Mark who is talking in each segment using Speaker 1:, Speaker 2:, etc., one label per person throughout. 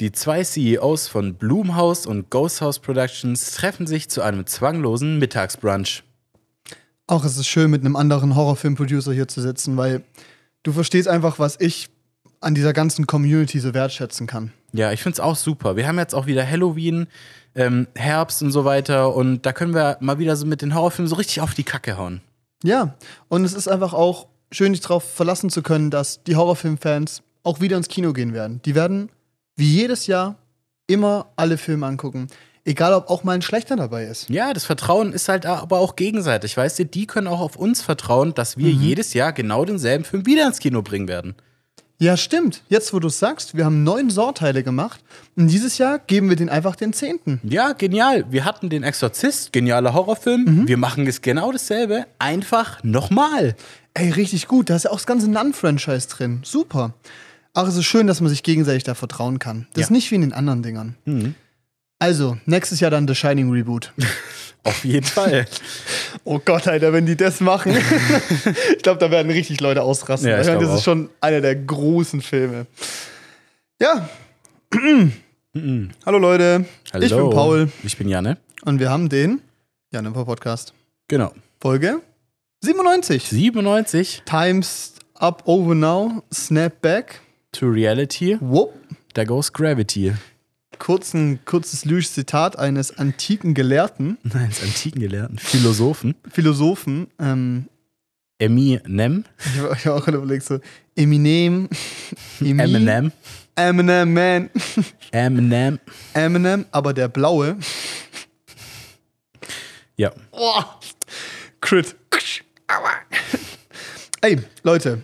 Speaker 1: Die zwei CEOs von Blumhouse und Ghost House Productions treffen sich zu einem zwanglosen Mittagsbrunch.
Speaker 2: Auch ist es schön, mit einem anderen Horrorfilm-Producer hier zu sitzen, weil du verstehst einfach, was ich an dieser ganzen Community so wertschätzen kann.
Speaker 1: Ja, ich finde es auch super. Wir haben jetzt auch wieder Halloween, ähm, Herbst und so weiter. Und da können wir mal wieder so mit den Horrorfilmen so richtig auf die Kacke hauen.
Speaker 2: Ja, und es ist einfach auch schön, dich darauf verlassen zu können, dass die Horrorfilmfans auch wieder ins Kino gehen werden. Die werden, wie jedes Jahr, immer alle Filme angucken. Egal, ob auch mal ein schlechter dabei ist.
Speaker 1: Ja, das Vertrauen ist halt aber auch gegenseitig. Weißt du, die können auch auf uns vertrauen, dass wir jedes Jahr genau denselben Film wieder ins Kino bringen werden.
Speaker 2: Ja, stimmt. Jetzt, wo du es sagst, wir haben neun Sorteile gemacht und dieses Jahr geben wir den einfach den zehnten.
Speaker 1: Ja, genial. Wir hatten den Exorzist, genialer Horrorfilm. Wir machen es genau dasselbe, einfach nochmal.
Speaker 2: Ey, richtig gut. Da ist ja auch das ganze Nun-Franchise drin. Super. Ach, es ist schön, dass man sich gegenseitig da vertrauen kann. Das
Speaker 1: Ja.
Speaker 2: ist nicht wie in den anderen Dingern. Also, nächstes Jahr dann The Shining Reboot.
Speaker 1: Auf jeden Fall.
Speaker 2: Oh Gott, Alter, wenn die das machen. ich glaube, da werden richtig Leute ausrasten.
Speaker 1: Ja, ich
Speaker 2: ich meine, das
Speaker 1: glaub
Speaker 2: ist
Speaker 1: auch.
Speaker 2: schon einer der großen Filme. Ja. Hallo Leute.
Speaker 1: Hallo.
Speaker 2: Ich bin Paul
Speaker 1: Ich bin Janne.
Speaker 2: und wir haben den Janneper Podcast.
Speaker 1: Genau.
Speaker 2: Folge 97.
Speaker 1: 97
Speaker 2: Times up over now, snap back.
Speaker 1: to Reality,
Speaker 2: Whoop.
Speaker 1: da goes Gravity.
Speaker 2: Kurzen, kurzes lyrisches Zitat eines antiken Gelehrten,
Speaker 1: Eines antiken Gelehrten, Philosophen.
Speaker 2: Philosophen. Ähm,
Speaker 1: Eminem.
Speaker 2: ich habe hab auch gerade überlegt, so Eminem. Emi-
Speaker 1: Eminem.
Speaker 2: Eminem, man.
Speaker 1: Eminem.
Speaker 2: Eminem, aber der blaue.
Speaker 1: Ja.
Speaker 2: Oh, Crit. Aua. Ey, Leute.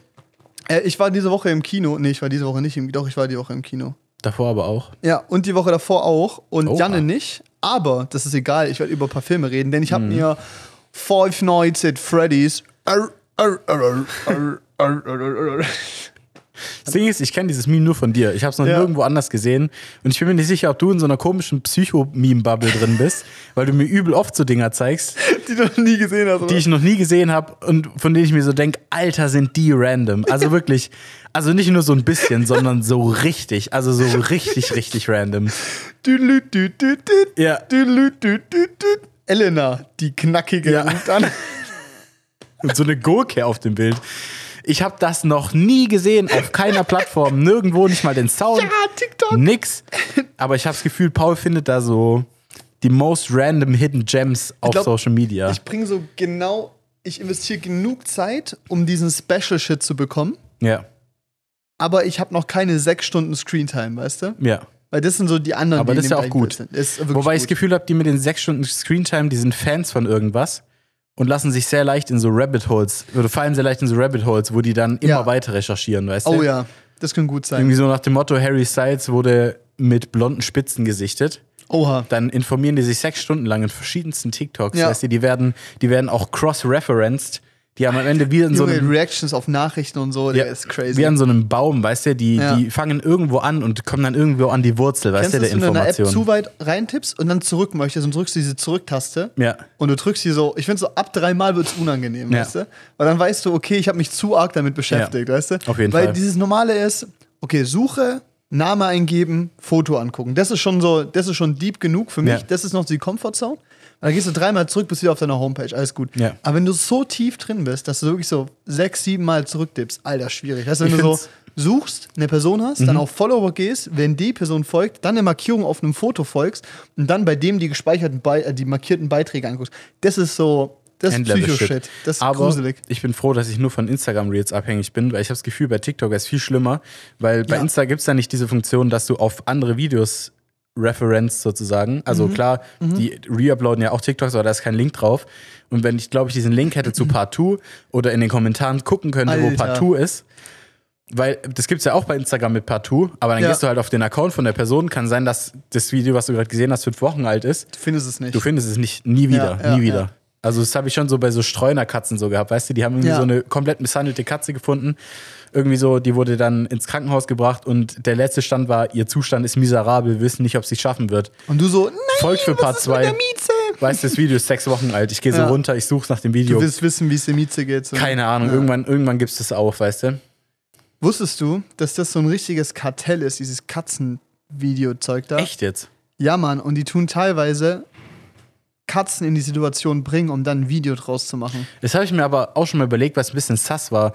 Speaker 2: Äh, Ich war diese Woche im Kino. Nee, ich war diese Woche nicht im Doch, ich war die Woche im Kino.
Speaker 1: Davor aber auch.
Speaker 2: Ja, und die Woche davor auch. Und
Speaker 1: Oha.
Speaker 2: Janne nicht. Aber das ist egal. Ich werde über ein paar Filme reden, denn ich
Speaker 1: Mhm.
Speaker 2: habe mir Five Nights at Freddy's. Arr, arr, arr, arr, arr, arr, arr.
Speaker 1: Das Ding ist, ich kenne dieses Meme nur von dir. Ich habe es noch
Speaker 2: Ja.
Speaker 1: nirgendwo anders gesehen. Und ich bin mir nicht sicher, ob du in so einer komischen Psycho-Meme-Bubble drin bist, weil du mir übel oft so Dinger zeigst,
Speaker 2: Die du noch nie gesehen hast.
Speaker 1: die
Speaker 2: oder?
Speaker 1: ich noch nie gesehen habe und von denen ich mir so denke, Alter, sind die random. Also wirklich, also nicht nur so ein bisschen, sondern so richtig. Also so richtig, richtig random.
Speaker 2: Düdelü, dü, dü, dü,
Speaker 1: Ja.
Speaker 2: düdelü, dü, dü, dü. Elena, die knackige.
Speaker 1: Ja.
Speaker 2: ruft an.
Speaker 1: Und so eine Gurke auf dem Bild. Ich habe das noch nie gesehen, auf keiner Plattform, nirgendwo, nicht mal den Sound.
Speaker 2: Ja, TikTok.
Speaker 1: Nix. Aber ich habe das Gefühl, Paul findet da so die most random hidden gems auf
Speaker 2: glaub,
Speaker 1: Social Media.
Speaker 2: Ich bringe so genau, ich investiere genug Zeit, um diesen Special Shit zu bekommen,
Speaker 1: ja,
Speaker 2: aber ich habe noch keine sechs Stunden Screentime, weißt du?
Speaker 1: ja.
Speaker 2: Weil das sind so die anderen.
Speaker 1: Aber
Speaker 2: die
Speaker 1: das ist ja auch gut.
Speaker 2: Sind. Ist wirklich
Speaker 1: Wobei ich das
Speaker 2: gut.
Speaker 1: Gefühl habe, die mit den sechs Stunden Screentime, die sind Fans von irgendwas und lassen sich sehr leicht in so Rabbit Holes, oder fallen sehr leicht in so Rabbit Holes, wo die dann immer
Speaker 2: Ja.
Speaker 1: weiter recherchieren, weißt du?
Speaker 2: Oh ja, das kann gut sein.
Speaker 1: Irgendwie so nach dem Motto, Harry Styles wurde mit blonden Spitzen gesichtet.
Speaker 2: Oha.
Speaker 1: dann informieren die sich sechs Stunden lang in verschiedensten TikToks.
Speaker 2: Ja.
Speaker 1: Weißt du, die werden, die werden auch cross-referenced. Die haben am Ende wie in so
Speaker 2: Junge,
Speaker 1: einem,
Speaker 2: Reactions auf Nachrichten und so,
Speaker 1: ja,
Speaker 2: der ist crazy.
Speaker 1: wie an so einem Baum, weißt du, die,
Speaker 2: Ja.
Speaker 1: die fangen irgendwo an und kommen dann irgendwo an die Wurzel, weißt
Speaker 2: Kennst
Speaker 1: du,
Speaker 2: du,
Speaker 1: der
Speaker 2: das, wenn du in einer App
Speaker 1: Information.
Speaker 2: zu weit reintippst und dann zurück möchtest und drückst diese Zurücktaste
Speaker 1: Ja.
Speaker 2: und du drückst die so, ich finde so ab dreimal wird es unangenehm,
Speaker 1: Ja.
Speaker 2: weißt du? Weil dann weißt du, okay, ich habe mich zu arg damit beschäftigt,
Speaker 1: Ja.
Speaker 2: weißt du?
Speaker 1: Auf jeden
Speaker 2: Weil
Speaker 1: Fall.
Speaker 2: dieses normale ist, okay, Suche, Name eingeben, Foto angucken. Das ist schon so, das ist schon deep genug für mich.
Speaker 1: Ja.
Speaker 2: Das ist noch die Comfortzone. Dann gehst du dreimal zurück, bist wieder auf deiner Homepage, alles gut.
Speaker 1: Ja.
Speaker 2: Aber wenn du so tief drin bist, dass du wirklich so sechs, sieben Mal zurücktippst, alter, schwierig. Weißt du, wenn
Speaker 1: Ich
Speaker 2: du so
Speaker 1: find's- Mhm.
Speaker 2: suchst, eine Person hast, dann auf Follower gehst, wenn die Person folgt, dann eine Markierung auf einem Foto folgst und dann bei dem die gespeicherten, Be äh, die markierten Beiträge anguckst. Das ist so, das ist
Speaker 1: Endlevel-Shit.
Speaker 2: Psycho-Shit. Das ist
Speaker 1: Aber
Speaker 2: gruselig.
Speaker 1: ich bin froh, dass ich nur von Instagram Reels abhängig bin, weil ich habe das Gefühl, bei TikTok ist viel schlimmer, weil bei
Speaker 2: Ja.
Speaker 1: Insta gibt es ja nicht diese Funktion, dass du auf andere Videos referenzt sozusagen. Also
Speaker 2: Mhm.
Speaker 1: klar, die reuploaden ja auch TikToks, aber da ist kein Link drauf. Und wenn ich, glaube ich, diesen Link hätte zu Part 2 oder in den Kommentaren gucken könnte, wo
Speaker 2: Alter.
Speaker 1: Part 2 ist, weil das gibt es ja auch bei Instagram mit Part 2, aber dann
Speaker 2: Ja.
Speaker 1: gehst du halt auf den Account von der Person, kann sein, dass das Video, was du gerade gesehen hast, fünf Wochen alt ist
Speaker 2: Du findest es nicht.
Speaker 1: Du findest es nicht, nie wieder,
Speaker 2: ja,
Speaker 1: nie wieder.
Speaker 2: ja.
Speaker 1: Also das habe ich schon so bei so Streunerkatzen so gehabt, weißt du, die haben irgendwie
Speaker 2: Ja.
Speaker 1: so eine komplett misshandelte Katze gefunden. Irgendwie so, die wurde dann ins Krankenhaus gebracht und der letzte Stand war, ihr Zustand ist miserabel, wir wissen nicht, ob sie es schaffen wird.
Speaker 2: und du so, nein,
Speaker 1: Folgt für
Speaker 2: was
Speaker 1: Part
Speaker 2: ist mit der
Speaker 1: 2.
Speaker 2: Mieze?
Speaker 1: Weißt du, das Video ist sechs Wochen alt, ich gehe so
Speaker 2: Ja.
Speaker 1: runter, ich suche nach dem
Speaker 2: Du
Speaker 1: Video.
Speaker 2: willst wissen, wie es der Mieze geht. So.
Speaker 1: Keine Ahnung, irgendwann, irgendwann gibst du es auf, weißt du?
Speaker 2: Wusstest du, dass das so ein richtiges Kartell ist, dieses Katzen, Videozeug da.
Speaker 1: Echt jetzt?
Speaker 2: Ja, Mann, und die tun teilweise Katzen in die Situation bringen, um dann ein Video draus zu machen.
Speaker 1: Das habe ich mir aber auch schon mal überlegt, was ein bisschen sass war.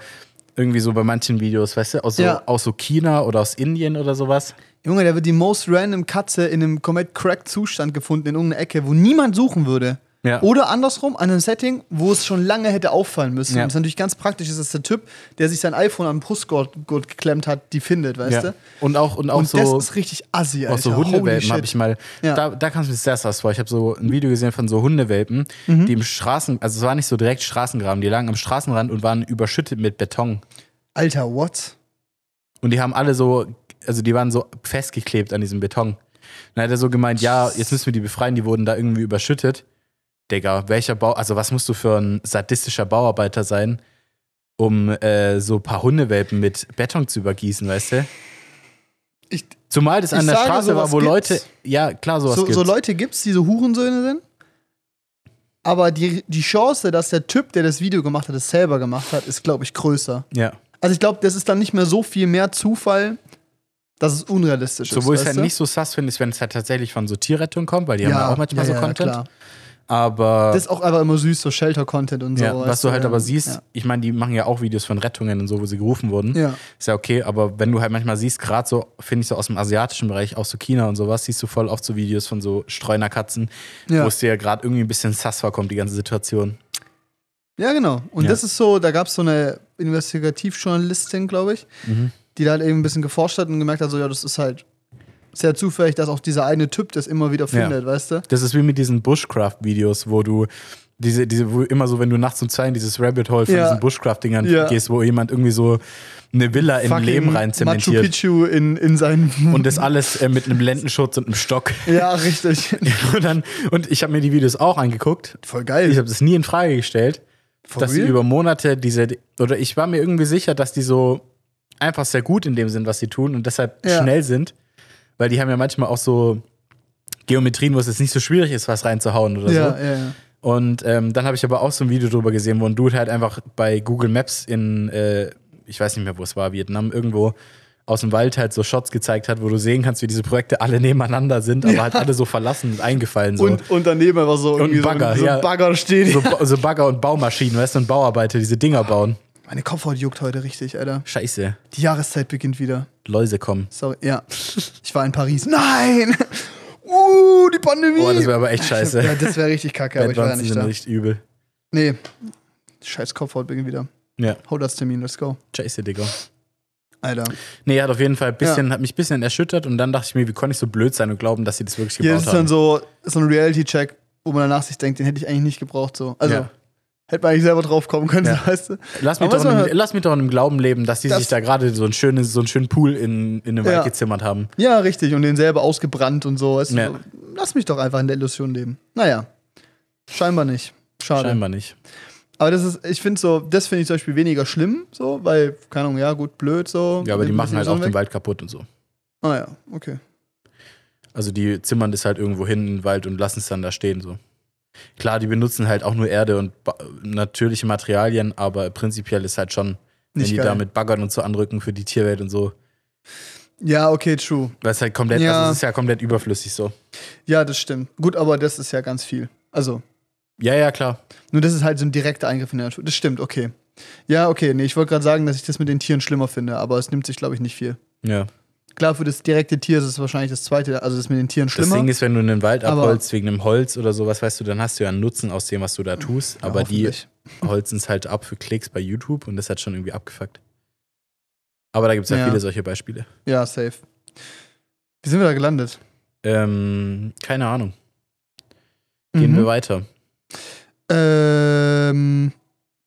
Speaker 1: Irgendwie so bei manchen Videos, weißt du, aus so,
Speaker 2: Ja.
Speaker 1: aus so China oder aus Indien oder sowas.
Speaker 2: Junge, da wird die most random Katze in einem komplett cracked Zustand gefunden in irgendeiner Ecke, wo niemand suchen würde.
Speaker 1: Ja.
Speaker 2: Oder andersrum, an einem Setting, wo es schon lange hätte auffallen müssen.
Speaker 1: Ja.
Speaker 2: Und es ist natürlich ganz praktisch, ist, dass der Typ, der sich sein iPhone am Brustgurt Gurt geklemmt hat, die findet, weißt
Speaker 1: Ja.
Speaker 2: du?
Speaker 1: Und auch, und auch
Speaker 2: Und
Speaker 1: so.
Speaker 2: das ist richtig assi, Alter.
Speaker 1: Auch so
Speaker 2: Holy
Speaker 1: Hundewelpen habe
Speaker 2: shit.
Speaker 1: ich mal.
Speaker 2: Ja.
Speaker 1: Da, da kam es mir sehr sass vor. Ich habe so ein Video gesehen von so Hundewelpen,
Speaker 2: Mhm.
Speaker 1: die im Straßen, also es war nicht so direkt Straßengraben, die lagen am Straßenrand und waren überschüttet mit Beton.
Speaker 2: Alter, what?
Speaker 1: Und die haben alle so, also die waren so festgeklebt an diesem Beton. Dann hat er so gemeint, ja, jetzt müssen wir die befreien, die wurden da irgendwie überschüttet. Digga, welcher Bau, also was musst du für ein sadistischer Bauarbeiter sein, um äh, so ein paar Hundewelpen mit Beton zu übergießen, weißt du?
Speaker 2: Ich,
Speaker 1: Zumal das
Speaker 2: Ich
Speaker 1: an der
Speaker 2: sage,
Speaker 1: Straße war,
Speaker 2: sowas
Speaker 1: wo
Speaker 2: gibt's.
Speaker 1: Leute, ja klar, sowas
Speaker 2: so,
Speaker 1: gibt's.
Speaker 2: so Leute gibt's, die so Hurensöhne sind. Aber die, die Chance, dass der Typ, der das Video gemacht hat, es selber gemacht hat, ist, glaube ich, größer.
Speaker 1: ja.
Speaker 2: Also ich glaube, das ist dann nicht mehr so viel mehr Zufall, dass es unrealistisch ist.
Speaker 1: Sowohl es
Speaker 2: weißt
Speaker 1: halt
Speaker 2: du?
Speaker 1: nicht so sass finde, ist, wenn es halt tatsächlich von so Tierrettung kommt, weil die haben ja auch manchmal so Content.
Speaker 2: klar.
Speaker 1: Aber
Speaker 2: Das ist auch einfach immer süß, so Shelter-Content und so.
Speaker 1: ja, was
Speaker 2: weißt
Speaker 1: du halt
Speaker 2: ja.
Speaker 1: aber siehst,
Speaker 2: Ja.
Speaker 1: ich meine, die machen ja auch Videos von Rettungen und so, wo sie gerufen wurden.
Speaker 2: Ja.
Speaker 1: Ist ja okay, aber wenn du halt manchmal siehst, gerade so, finde ich so aus dem asiatischen Bereich, auch so China und sowas, siehst du voll oft so Videos von so Streunerkatzen,
Speaker 2: Ja.
Speaker 1: wo es dir ja gerade irgendwie ein bisschen sass vorkommt, die ganze Situation.
Speaker 2: ja, genau. Und
Speaker 1: Ja.
Speaker 2: das ist so, da gab es so eine Investigativjournalistin, glaube ich,
Speaker 1: Mhm.
Speaker 2: die da halt eben ein bisschen geforscht hat und gemerkt hat, so ja, das ist halt sehr zufällig, dass auch dieser eine Typ das immer wieder findet, weißt du?
Speaker 1: Das ist wie mit diesen Bushcraft-Videos, wo du diese, diese, wo immer so, wenn du nachts um zwei in dieses Rabbit Hole von
Speaker 2: Ja.
Speaker 1: diesen Bushcraft-Dingern
Speaker 2: Ja.
Speaker 1: gehst, wo jemand irgendwie so eine Villa in
Speaker 2: Fucking
Speaker 1: Leben rein
Speaker 2: Machu
Speaker 1: zementiert.
Speaker 2: Picchu in, in seinen.
Speaker 1: Und das alles äh, mit einem Lendenschutz und einem Stock.
Speaker 2: ja, richtig.
Speaker 1: Und, dann, und ich habe mir die Videos auch angeguckt.
Speaker 2: Voll geil.
Speaker 1: Ich habe das nie in Frage gestellt,
Speaker 2: For
Speaker 1: dass
Speaker 2: real?
Speaker 1: sie über Monate diese. Oder ich war mir irgendwie sicher, dass die so einfach sehr gut in dem sind, was sie tun und deshalb
Speaker 2: Ja.
Speaker 1: schnell sind. Weil die haben ja manchmal auch so Geometrien, wo es jetzt nicht so schwierig ist, was reinzuhauen oder so.
Speaker 2: ja, ja, ja.
Speaker 1: Und ähm, dann habe ich aber auch so ein Video drüber gesehen, wo ein Dude halt einfach bei Google Maps in, äh, ich weiß nicht mehr, wo es war, Vietnam, irgendwo aus dem Wald halt so Shots gezeigt hat, wo du sehen kannst, wie diese Projekte alle nebeneinander sind, aber halt alle so verlassen und eingefallen so.
Speaker 2: Und, und daneben einfach so irgendwie
Speaker 1: Bagger,
Speaker 2: so, so ein
Speaker 1: ja.
Speaker 2: Bagger steht.
Speaker 1: so, ba- so Bagger und Baumaschinen, weißt du, und Bauarbeiter, diese Dinger bauen.
Speaker 2: Meine Kopfhaut juckt heute richtig, Alter.
Speaker 1: Scheiße,
Speaker 2: Die Jahreszeit beginnt wieder.
Speaker 1: Läuse kommen.
Speaker 2: Sorry, ja. Ich war in Paris. Nein! Uh, die Pandemie!
Speaker 1: Boah, Oh, das wäre aber echt
Speaker 2: ja,
Speaker 1: scheiße.
Speaker 2: das wäre richtig kacke, aber ich war ja
Speaker 1: Advances
Speaker 2: nicht
Speaker 1: sind
Speaker 2: da.
Speaker 1: richtig übel.
Speaker 2: Nee. Scheiß Kopfhaut beginnt wieder.
Speaker 1: Ja,
Speaker 2: Hautarzt-Termin, let's go.
Speaker 1: scheiße, Digga.
Speaker 2: Alter.
Speaker 1: Nee, hat auf jeden Fall ein bisschen, hat mich ein bisschen erschüttert und dann dachte ich mir, wie konnte ich so blöd sein und glauben, dass sie das wirklich gebaut
Speaker 2: Hier ist
Speaker 1: haben.
Speaker 2: dann so, so ein Reality-Check, wo man danach sich denkt, den hätte ich eigentlich nicht gebraucht. So. Also,
Speaker 1: Ja.
Speaker 2: hätte man eigentlich selber drauf kommen können,
Speaker 1: Ja.
Speaker 2: weißt du?
Speaker 1: Lass mich,
Speaker 2: Aber
Speaker 1: doch
Speaker 2: was
Speaker 1: in,
Speaker 2: man-
Speaker 1: lass mich doch in dem Glauben leben, dass die
Speaker 2: Das-
Speaker 1: sich da gerade so, ein schönes- so einen schönen Pool in, in den Wald
Speaker 2: Ja.
Speaker 1: gezimmert haben.
Speaker 2: Ja, richtig. Und den selber ausgebrannt und so. Weißt du?
Speaker 1: Ja.
Speaker 2: So, Lass mich doch einfach in der Illusion leben. Naja. Scheinbar nicht. Schade.
Speaker 1: Scheinbar nicht.
Speaker 2: Aber das ist, ich finde so, das finde ich zum Beispiel weniger schlimm, so, weil, keine Ahnung, ja, gut, blöd, so.
Speaker 1: Ja, aber die
Speaker 2: Ein
Speaker 1: machen
Speaker 2: bisschen
Speaker 1: halt auch
Speaker 2: Sonne
Speaker 1: den Wald kaputt und so.
Speaker 2: weg. Ah ja, okay.
Speaker 1: Also die zimmern das halt irgendwo hin in den Wald und lassen es dann da stehen so. Klar, die benutzen halt auch nur Erde und ba- natürliche Materialien, aber prinzipiell ist halt schon, wenn
Speaker 2: Nicht
Speaker 1: die
Speaker 2: geil.
Speaker 1: da mit Baggern und so anrücken für die Tierwelt und so,
Speaker 2: Ja, okay, true.
Speaker 1: weil es halt komplett,
Speaker 2: Ja.
Speaker 1: also es ist ja komplett überflüssig so.
Speaker 2: Ja, das stimmt. Gut, aber das ist ja ganz viel. Also,
Speaker 1: Ja, ja, klar.
Speaker 2: nur das ist halt so ein direkter Eingriff in die Natur. Das stimmt, okay. Ja, okay, nee, ich wollte gerade sagen, dass ich das mit den Tieren schlimmer finde, aber es nimmt sich, glaube ich, nicht viel.
Speaker 1: Ja.
Speaker 2: Klar, für das direkte Tier ist es wahrscheinlich das zweite, also das mit den Tieren
Speaker 1: Das
Speaker 2: schlimmer.
Speaker 1: Ding ist, wenn du einen Wald
Speaker 2: Aber-
Speaker 1: abholzt wegen einem Holz oder sowas, weißt du, dann hast du ja einen Nutzen aus dem, was du da tust. aber die
Speaker 2: hoffentlich.
Speaker 1: holzen es halt ab für Klicks bei YouTube und das hat schon irgendwie abgefuckt. Aber da gibt es ja
Speaker 2: Ja.
Speaker 1: viele solche Beispiele.
Speaker 2: Ja, safe. Wie sind wir da gelandet?
Speaker 1: Ähm, keine Ahnung. Gehen wir weiter.
Speaker 2: Mhm. Ähm,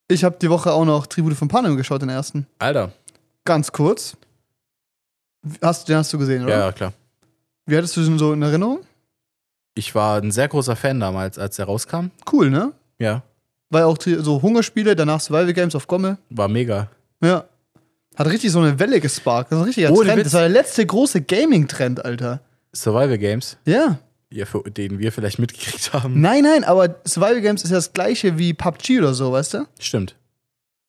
Speaker 2: ich habe die Woche auch noch Tribute von Panem geschaut, den ersten.
Speaker 1: Alter,
Speaker 2: Ganz kurz. Hast, den hast du gesehen, oder?
Speaker 1: ja, klar.
Speaker 2: Wie hattest du den so in Erinnerung?
Speaker 1: Ich war ein sehr großer Fan damals, als er rauskam.
Speaker 2: Cool, ne?
Speaker 1: Ja,
Speaker 2: Weil auch tri- so Hungerspiele, danach Survival Games auf Gomme.
Speaker 1: war mega.
Speaker 2: Ja. Hat richtig so eine Welle gesparkt. Das ist ein richtiger
Speaker 1: Ohne
Speaker 2: Trend.
Speaker 1: Oh, Witz.
Speaker 2: Das war der letzte große Gaming-Trend, Alter.
Speaker 1: Survival Games,
Speaker 2: Ja.
Speaker 1: ja, für den wir vielleicht mitgekriegt haben.
Speaker 2: Nein, nein, aber Survival Games ist ja das gleiche wie PUBG oder so, weißt du?
Speaker 1: Stimmt.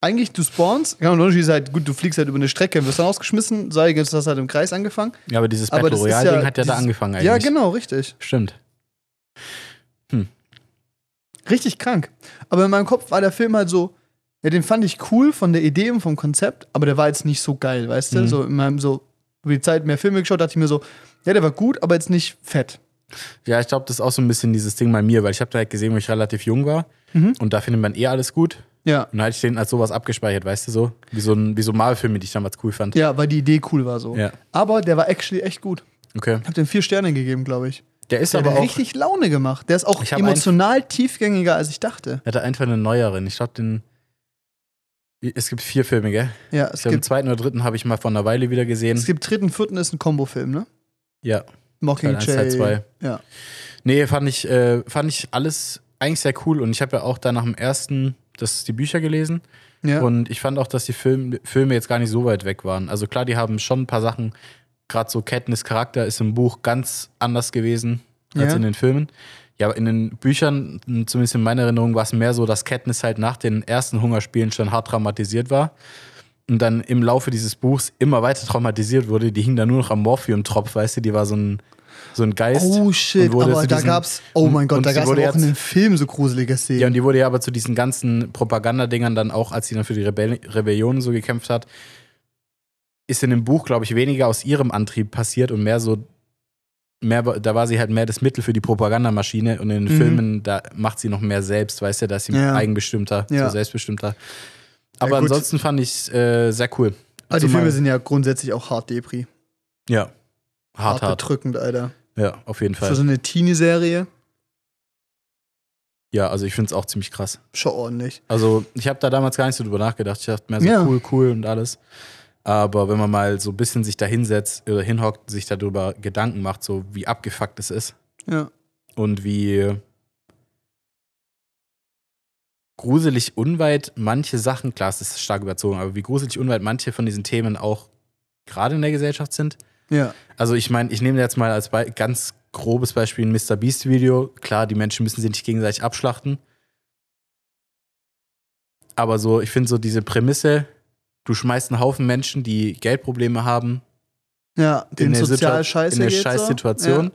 Speaker 2: eigentlich, du spawnst, ja, und der Unterschied ist halt, gut, du fliegst halt über eine Strecke, wirst dann ausgeschmissen, sei jetzt hast du halt im Kreis angefangen.
Speaker 1: Ja, aber dieses
Speaker 2: Aber
Speaker 1: Battle
Speaker 2: das ist
Speaker 1: Royale-Ding
Speaker 2: ja
Speaker 1: hat ja da
Speaker 2: dieses-
Speaker 1: angefangen eigentlich.
Speaker 2: Ja, genau, richtig.
Speaker 1: Stimmt.
Speaker 2: Richtig krank. Aber in meinem Kopf war der Film halt so, ja, den fand ich cool von der Idee und vom Konzept, aber der war jetzt nicht so geil, weißt du?
Speaker 1: Mhm.
Speaker 2: So in meinem so, über die Zeit mehr Filme geschaut, dachte ich mir so, ja, der war gut, aber jetzt nicht fett.
Speaker 1: Ja, ich glaube, das ist auch so ein bisschen dieses Ding bei mir, weil ich habe da halt gesehen, wo ich relativ jung war.
Speaker 2: Mhm.
Speaker 1: Und da findet man eh alles gut.
Speaker 2: Ja.
Speaker 1: Und da hatte ich den als sowas abgespeichert, weißt du so? Wie so ein wie so Marvel-Filme, die ich damals cool fand.
Speaker 2: Ja, weil die Idee cool war so.
Speaker 1: Ja.
Speaker 2: Aber der war actually echt gut.
Speaker 1: Okay.
Speaker 2: Ich habe dem vier Sterne gegeben, glaube ich.
Speaker 1: Der ist
Speaker 2: Der
Speaker 1: aber
Speaker 2: hat
Speaker 1: auch.
Speaker 2: richtig Laune gemacht. Der ist auch
Speaker 1: Ich hab
Speaker 2: emotional tiefgängiger, als ich dachte.
Speaker 1: Er hatte einfach eine neueren. Ich glaube, den. Es gibt vier Filme, gell?
Speaker 2: Ja,
Speaker 1: Ich
Speaker 2: es
Speaker 1: glaube, den
Speaker 2: gibt,
Speaker 1: zweiten oder dritten habe ich mal vor einer Weile wieder gesehen.
Speaker 2: es gibt dritten, vierten ist ein Kombo-Film, ne?
Speaker 1: ja, Teil eins,
Speaker 2: Mockingjay.
Speaker 1: Teil zwei.
Speaker 2: Ja.
Speaker 1: Nee, fand ich, äh, fand ich alles eigentlich sehr cool. Und ich habe ja auch dann nach dem ersten das, die Bücher gelesen.
Speaker 2: ja.
Speaker 1: Und ich fand auch, dass die Film, Filme jetzt gar nicht so weit weg waren. Also klar, die haben schon ein paar Sachen, gerade so Katniss Charakter ist im Buch ganz anders gewesen als
Speaker 2: Ja.
Speaker 1: in den Filmen. Ja, aber in den Büchern, m, zumindest in meiner Erinnerung, war es mehr so, dass Katniss halt nach den ersten Hungerspielen schon hart traumatisiert war. Und dann im Laufe dieses Buchs immer weiter traumatisiert wurde. Die hing da nur noch am Morphium-Tropf, weißt du, die war so ein, so ein Geist.
Speaker 2: Oh shit,
Speaker 1: und wurde
Speaker 2: aber
Speaker 1: zu
Speaker 2: da
Speaker 1: diesem-
Speaker 2: gab's, oh mein Gott,
Speaker 1: und
Speaker 2: da
Speaker 1: sie
Speaker 2: gab's
Speaker 1: wurde
Speaker 2: aber auch in
Speaker 1: jetzt-
Speaker 2: dem Film so gruselige Szenen.
Speaker 1: ja, und die wurde ja aber zu diesen ganzen Propagandadingern dann auch, als sie dann für die Rebell Rebellion so gekämpft hat, ist in dem Buch, glaube ich, weniger aus ihrem Antrieb passiert und mehr so, mehr, da war sie halt mehr das Mittel für die Propagandamaschine und in den
Speaker 2: Mhm.
Speaker 1: Filmen, da macht sie noch mehr selbst, weißt du, da ist sie
Speaker 2: Ja.
Speaker 1: eigenbestimmter,
Speaker 2: Ja.
Speaker 1: so selbstbestimmter. Aber
Speaker 2: gut.
Speaker 1: ansonsten fand ich äh, sehr cool.
Speaker 2: also die
Speaker 1: Zumal-
Speaker 2: Filme sind ja grundsätzlich auch hart Depri.
Speaker 1: ja. Hart,
Speaker 2: Hart,
Speaker 1: hart.
Speaker 2: bedrückend, Alter.
Speaker 1: Ja, auf jeden
Speaker 2: Für
Speaker 1: Fall.
Speaker 2: so eine Teenie-Serie,
Speaker 1: Ja, also ich finde es auch ziemlich krass.
Speaker 2: schon ordentlich.
Speaker 1: Also, ich habe da damals gar nicht so drüber nachgedacht. Ich dachte mir so
Speaker 2: Ja.
Speaker 1: cool, cool und alles. Aber wenn man mal so ein bisschen sich da hinsetzt oder hinhockt, sich darüber Gedanken macht, so wie abgefuckt es ist
Speaker 2: Ja.
Speaker 1: und wie gruselig unweit manche Sachen, klar, es ist stark überzogen, aber wie gruselig unweit manche von diesen Themen auch gerade in der Gesellschaft sind.
Speaker 2: Ja.
Speaker 1: Also ich meine, ich nehme jetzt mal als Be ganz grobes Beispiel ein Mr. Beast Video. Klar, die Menschen müssen sich nicht gegenseitig abschlachten. Aber so, ich finde so diese Prämisse, du schmeißt einen Haufen Menschen, die Geldprobleme haben,
Speaker 2: Ja, den
Speaker 1: eine
Speaker 2: sozial
Speaker 1: Situa-
Speaker 2: scheiße
Speaker 1: in eine
Speaker 2: geht's
Speaker 1: scheiß
Speaker 2: so.
Speaker 1: Situation
Speaker 2: Ja.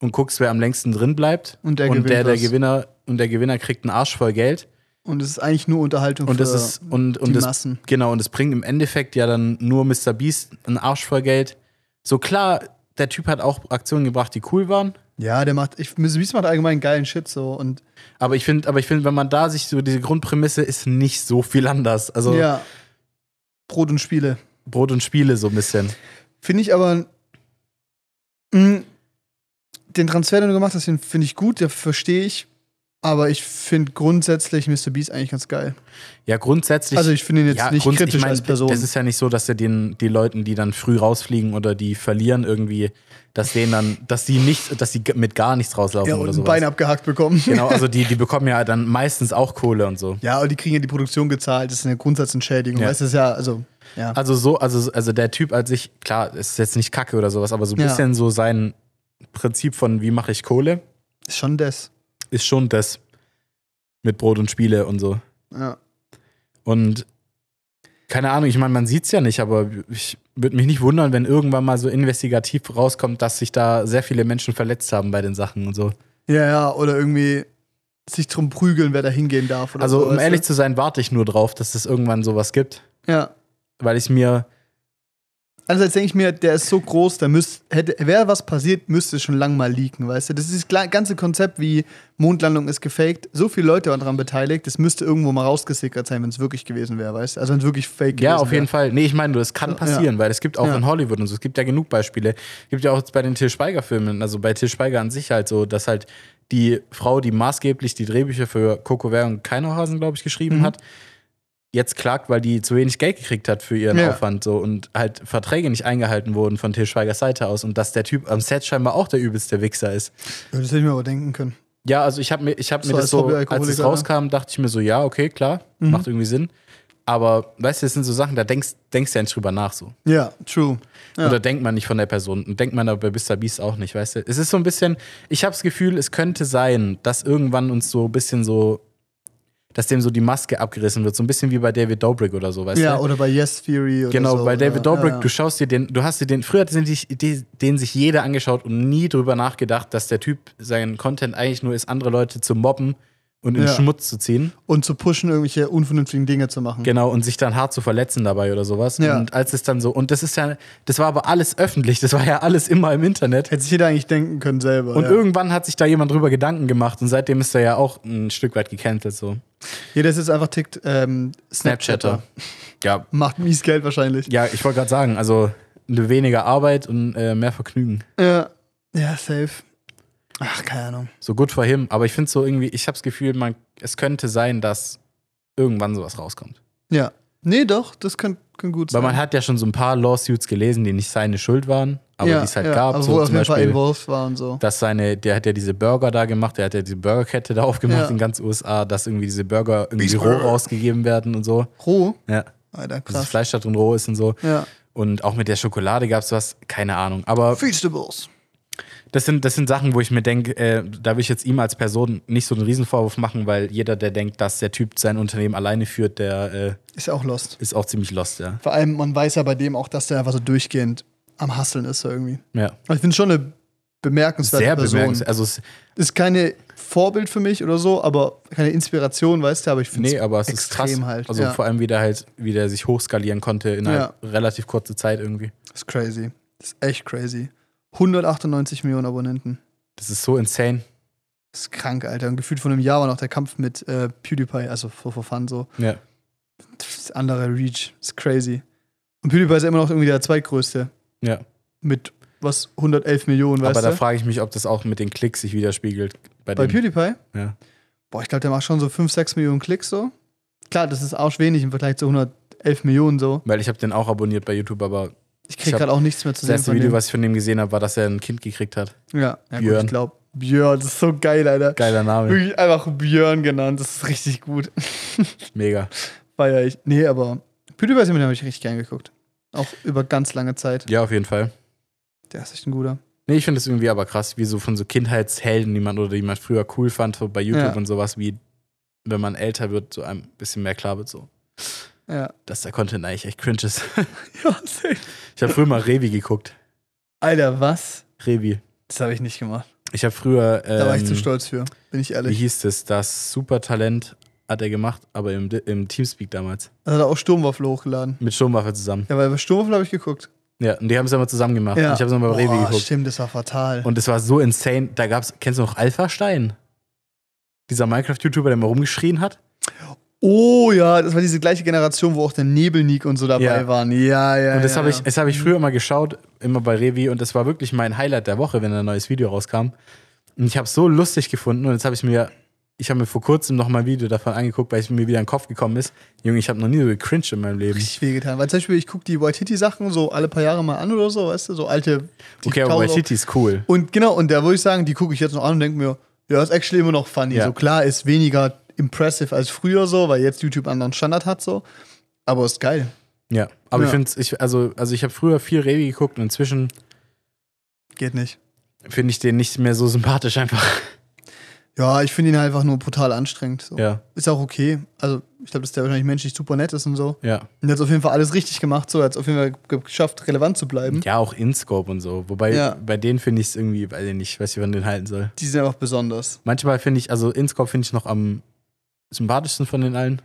Speaker 1: und guckst, wer am längsten drin bleibt.
Speaker 2: Und der
Speaker 1: und
Speaker 2: gewinnt
Speaker 1: der, der
Speaker 2: was.
Speaker 1: Gewinner und der Gewinner kriegt einen Arsch voll Geld.
Speaker 2: Und es ist eigentlich nur Unterhaltung
Speaker 1: Und
Speaker 2: für
Speaker 1: das ist und, und
Speaker 2: die
Speaker 1: das
Speaker 2: Massen.
Speaker 1: Genau, und es bringt im Endeffekt ja dann nur Mr. Beast einen Arsch voll Geld. So klar, der Typ hat auch Aktionen gebracht, die cool waren.
Speaker 2: Ja, der macht, ich, Mr. Beast macht allgemein geilen Shit so und
Speaker 1: Aber ich finde, aber ich finde, wenn man da sich so diese Grundprämisse ist nicht so viel anders. Also
Speaker 2: ja. Brot und Spiele.
Speaker 1: Brot und Spiele so ein bisschen.
Speaker 2: Finde ich aber. Mh, den Transfer, den du gemacht hast, den finde ich gut, den verstehe ich. Aber ich finde grundsätzlich Mr. Beast eigentlich ganz geil.
Speaker 1: Ja, grundsätzlich.
Speaker 2: also ich finde ihn jetzt
Speaker 1: ja,
Speaker 2: nicht
Speaker 1: grunds-
Speaker 2: kritisch
Speaker 1: ich mein,
Speaker 2: als Person.
Speaker 1: Das ist ja nicht so, dass er den die Leuten, die dann früh rausfliegen oder die verlieren irgendwie, dass denen dann, dass die nicht, dass die g- mit gar nichts rauslaufen
Speaker 2: ja, und
Speaker 1: oder
Speaker 2: ein Bein
Speaker 1: sowas.
Speaker 2: abgehackt bekommen.
Speaker 1: Genau, also die, die bekommen ja dann meistens auch Kohle und so.
Speaker 2: Ja, und die kriegen ja die Produktion gezahlt. Das ist eine Grundsatzentschädigung.
Speaker 1: Ja.
Speaker 2: Weißt du, das ist ja, also, ja.
Speaker 1: Also so, also, also der Typ als ich, klar, es ist jetzt nicht Kacke oder sowas, aber so ein
Speaker 2: Ja.
Speaker 1: bisschen so sein Prinzip von wie mache ich Kohle,
Speaker 2: ist schon das.
Speaker 1: ist schon das mit Brot und Spiele und so.
Speaker 2: Ja.
Speaker 1: Und keine Ahnung, ich meine, man sieht es ja nicht, aber ich würde mich nicht wundern, wenn irgendwann mal so investigativ rauskommt, dass sich da sehr viele Menschen verletzt haben bei den Sachen und so.
Speaker 2: ja, ja, oder irgendwie sich drum prügeln, wer da hingehen darf. Oder
Speaker 1: Also,
Speaker 2: so,
Speaker 1: um
Speaker 2: weißt
Speaker 1: ehrlich
Speaker 2: du?
Speaker 1: zu sein, warte ich nur drauf, dass es irgendwann sowas gibt,
Speaker 2: Ja.
Speaker 1: weil ich mir,
Speaker 2: Andererseits denke ich mir, der ist so groß, der müsste, hätte, wäre was passiert, müsste schon lang mal leaken, weißt du? Das ist das gla- ganze Konzept wie Mondlandung ist gefaked. So viele Leute waren daran beteiligt, das müsste irgendwo mal rausgesickert sein, wenn es wirklich gewesen wäre, weißt du? Also wenn es wirklich fake
Speaker 1: ja,
Speaker 2: gewesen
Speaker 1: auf jeden Fall, nee, ich meine, du, es kann
Speaker 2: Ja.
Speaker 1: passieren, weil es gibt auch
Speaker 2: Ja.
Speaker 1: in Hollywood und so, es gibt ja genug Beispiele. Es gibt ja auch jetzt bei den Til Schweiger-Filmen, also bei Til Schweiger an sich halt so, dass halt die Frau, die maßgeblich die Drehbücher für Coco Ware und Keinohasen, glaube ich, geschrieben
Speaker 2: Mhm.
Speaker 1: hat, jetzt klagt, weil die zu wenig Geld gekriegt hat für ihren
Speaker 2: Ja.
Speaker 1: Aufwand so und halt Verträge nicht eingehalten wurden von Til Schweigers Seite aus und dass der Typ am Set scheinbar auch der übelste Wichser ist.
Speaker 2: Ja, das hätte ich mir aber denken können.
Speaker 1: Ja, also ich habe mir, ich hab
Speaker 2: So
Speaker 1: mir das
Speaker 2: als Mhm.
Speaker 1: so, als es
Speaker 2: Hobbyalkoholiker,
Speaker 1: rauskam, dachte ich mir so, ja, okay, klar, macht irgendwie Sinn. Aber weißt du, das sind so Sachen, da denkst, denkst du ja nicht drüber nach so.
Speaker 2: Ja, true. Ja.
Speaker 1: Oder denkt man nicht von der Person und denkt man aber bei Mr. Beast auch nicht, weißt du? Es ist so ein bisschen, ich habe das Gefühl, es könnte sein, dass irgendwann uns so ein bisschen so dass dem so die Maske abgerissen wird. So ein bisschen wie bei David Dobrik oder so, weißt
Speaker 2: ja,
Speaker 1: du?
Speaker 2: oder bei Yes Theory oder
Speaker 1: Genau,
Speaker 2: so.
Speaker 1: bei David
Speaker 2: oder,
Speaker 1: Dobrik,
Speaker 2: Also, ja, ja.
Speaker 1: du schaust dir den, du hast dir den, früher hat den, sich- die- den sich jeder angeschaut und nie drüber nachgedacht, dass der Typ seinen Content eigentlich nur ist, andere Leute zu mobben und in
Speaker 2: Ja.
Speaker 1: Schmutz zu ziehen.
Speaker 2: Und zu pushen, irgendwelche unvernünftigen Dinge zu machen.
Speaker 1: Genau, und sich dann hart zu verletzen dabei oder sowas.
Speaker 2: Ja.
Speaker 1: Und als es dann so, und das ist ja, das war aber alles öffentlich, das war ja alles immer im Internet.
Speaker 2: Hätte sich jeder eigentlich denken können selber.
Speaker 1: Und
Speaker 2: ja.
Speaker 1: irgendwann hat sich da jemand drüber Gedanken gemacht und seitdem ist er ja auch ein Stück weit gecancelt, so.
Speaker 2: Jeder ist jetzt einfach tickt ähm,
Speaker 1: Snapchatter.
Speaker 2: Snapchatter.
Speaker 1: Ja,
Speaker 2: Macht mies Geld wahrscheinlich.
Speaker 1: ja, ich wollte gerade sagen, also eine weniger Arbeit und äh, mehr Vergnügen.
Speaker 2: Ja. ja, safe. Ach, keine Ahnung.
Speaker 1: So gut for him. Aber ich finde so irgendwie, ich habe das Gefühl, man, es könnte sein, dass irgendwann sowas rauskommt.
Speaker 2: Ja. Nee, doch, das kann, kann gut
Speaker 1: Weil
Speaker 2: sein.
Speaker 1: man hat ja schon so ein paar Lawsuits gelesen, die nicht seine Schuld waren, aber
Speaker 2: ja,
Speaker 1: die es halt
Speaker 2: ja,
Speaker 1: gab.
Speaker 2: aber wo
Speaker 1: So
Speaker 2: er auf
Speaker 1: zum
Speaker 2: jeden Fall
Speaker 1: Beispiel,
Speaker 2: involved war und so.
Speaker 1: dass seine, der hat ja diese Burger da gemacht, der hat ja diese Burgerkette da aufgemacht
Speaker 2: Ja.
Speaker 1: in ganz USA, dass irgendwie diese Burger irgendwie
Speaker 2: These
Speaker 1: roh
Speaker 2: burger.
Speaker 1: rausgegeben werden und so.
Speaker 2: Roh?
Speaker 1: Ja.
Speaker 2: Alter,
Speaker 1: Dass das
Speaker 2: krass.
Speaker 1: Fleisch da drin roh ist und so.
Speaker 2: Ja.
Speaker 1: Und auch mit der Schokolade gab es was, keine Ahnung. Aber
Speaker 2: Vegetables.
Speaker 1: das sind, das sind Sachen, wo ich mir denke, äh, da will ich jetzt ihm als Person nicht so einen Riesenvorwurf machen, weil jeder, der denkt, dass der Typ sein Unternehmen alleine führt, der äh,
Speaker 2: Ist ja auch lost.
Speaker 1: ist auch ziemlich lost, ja.
Speaker 2: Vor allem, man weiß ja bei dem auch, dass der einfach so durchgehend am Hasseln ist so irgendwie.
Speaker 1: ja.
Speaker 2: Aber ich finde schon eine bemerkenswerte
Speaker 1: Sehr
Speaker 2: Person.
Speaker 1: bemerkenswert. Also, es-
Speaker 2: Ist keine Vorbild für mich oder so, aber keine Inspiration, weißt du, aber ich finde
Speaker 1: nee, aber es ist
Speaker 2: extrem
Speaker 1: krass.
Speaker 2: halt.
Speaker 1: Also,
Speaker 2: ja.
Speaker 1: vor allem, wie der halt, wie der sich hochskalieren konnte in einer relativ kurzen Zeit irgendwie.
Speaker 2: ist crazy. Ist echt crazy. 198 Millionen Abonnenten.
Speaker 1: Das ist so insane.
Speaker 2: Das ist krank, Alter. Und gefühlt von einem Jahr war noch der Kampf mit äh, PewDiePie, also for, for fun so.
Speaker 1: Ja.
Speaker 2: Das ist anderer Reach. Das ist crazy. Und PewDiePie ist immer noch irgendwie der zweitgrößte.
Speaker 1: Ja.
Speaker 2: Mit was 111 Millionen, weißt
Speaker 1: Aber da
Speaker 2: du?
Speaker 1: frage ich mich, ob das auch mit den Klicks sich widerspiegelt. Bei,
Speaker 2: Bei
Speaker 1: dem.
Speaker 2: PewDiePie?
Speaker 1: Ja.
Speaker 2: Boah, ich glaube, der macht schon so 5, 6 Millionen Klicks so. Klar, das ist arsch wenig im Vergleich zu 111 Millionen so.
Speaker 1: Weil ich habe den auch abonniert bei YouTube, aber
Speaker 2: Ich
Speaker 1: Ich
Speaker 2: krieg
Speaker 1: hab
Speaker 2: gerade auch nichts mehr zu
Speaker 1: das
Speaker 2: sehen
Speaker 1: erste
Speaker 2: von
Speaker 1: Video,
Speaker 2: dem.
Speaker 1: was ich von dem gesehen habe, war, dass er ein Kind gekriegt hat.
Speaker 2: ja, ja gut,
Speaker 1: Björn.
Speaker 2: ich glaube. Björn, das ist so geil, Alter.
Speaker 1: Geiler Name.
Speaker 2: Wirklich einfach Björn genannt, das ist richtig gut.
Speaker 1: Mega.
Speaker 2: Feier ich. Nee, aber PewDiePie ist jemand, den habe ich richtig gern geguckt. Auch über ganz lange Zeit.
Speaker 1: Ja, auf jeden Fall.
Speaker 2: Der ist echt ein guter.
Speaker 1: Nee, ich finde das irgendwie aber krass, wie so von so Kindheitshelden, die man oder die man früher cool fand so bei YouTube
Speaker 2: Ja.
Speaker 1: und sowas, wie wenn man älter wird, so ein bisschen mehr klar wird, so,
Speaker 2: Ja.
Speaker 1: dass der Content eigentlich echt cringe ist.
Speaker 2: ja safe.
Speaker 1: Ich habe früher mal Revi geguckt.
Speaker 2: Alter, was?
Speaker 1: Revi.
Speaker 2: Das habe ich nicht gemacht.
Speaker 1: Ich habe früher. Ähm,
Speaker 2: Da war ich zu stolz für, bin ich
Speaker 1: Wie
Speaker 2: ehrlich.
Speaker 1: hieß das? Das Supertalent hat er gemacht, aber im, im Teamspeak damals.
Speaker 2: Also hat er auch Sturmwaffel hochgeladen.
Speaker 1: Mit Sturmwaffe zusammen.
Speaker 2: Ja, weil bei Sturmwaffel habe ich geguckt.
Speaker 1: Ja, und die haben es immer zusammen gemacht.
Speaker 2: Ja.
Speaker 1: Und Ich habe es immer bei Revi
Speaker 2: Boah,
Speaker 1: geguckt.
Speaker 2: Stimmt, das war fatal.
Speaker 1: Und es war so insane. Da gab's, kennst du noch Alpha Stein? Dieser Minecraft-YouTuber, der mal rumgeschrien hat?
Speaker 2: oh ja, das war diese gleiche Generation, wo auch der Nebelnik und so dabei
Speaker 1: Ja.
Speaker 2: waren. Ja, ja.
Speaker 1: Und das
Speaker 2: ja,
Speaker 1: habe ich,
Speaker 2: ja. Mhm.
Speaker 1: das hab ich früher immer geschaut, immer bei Revi. Und das war wirklich mein Highlight der Woche, wenn ein neues Video rauskam. Und ich habe es so lustig gefunden. Und jetzt habe ich mir, ich habe mir vor kurzem noch mal ein Video davon angeguckt, weil es mir wieder in den Kopf gekommen ist. Junge, ich habe noch nie so gecringed in meinem Leben.
Speaker 2: richtig wehgetan. Weil zum Beispiel, ich gucke die Waititi-Sachen so alle paar Jahre mal an oder so, weißt du, so alte. die
Speaker 1: Okay, aber
Speaker 2: tauchen auf-
Speaker 1: Waititi ist cool.
Speaker 2: Und genau, und da würde ich sagen, die gucke ich jetzt noch an und denke mir, ja, ist actually immer noch funny.
Speaker 1: Ja.
Speaker 2: So klar, ist weniger impressive als früher so, weil jetzt YouTube einen anderen Standard hat so. Aber ist geil.
Speaker 1: Ja, aber
Speaker 2: Ja.
Speaker 1: ich finde ich, also, also ich habe früher viel Revi geguckt und inzwischen
Speaker 2: Geht nicht.
Speaker 1: finde ich den nicht mehr so sympathisch einfach.
Speaker 2: Ja, ich finde ihn halt einfach nur brutal anstrengend. So.
Speaker 1: Ja,
Speaker 2: Ist auch okay. Also, ich glaube, dass der wahrscheinlich menschlich super nett ist und so.
Speaker 1: ja.
Speaker 2: Und er hat auf jeden Fall alles richtig gemacht, so. Er hat es auf jeden Fall ge- geschafft, relevant zu bleiben.
Speaker 1: Ja, auch InScope und so. Wobei
Speaker 2: Hm? Ja.
Speaker 1: bei denen finde ich es irgendwie, weiß ich nicht, weiß ich, wann den halten soll.
Speaker 2: Die sind einfach besonders.
Speaker 1: Manchmal finde ich, also InScope finde ich noch am sympathischsten von den allen.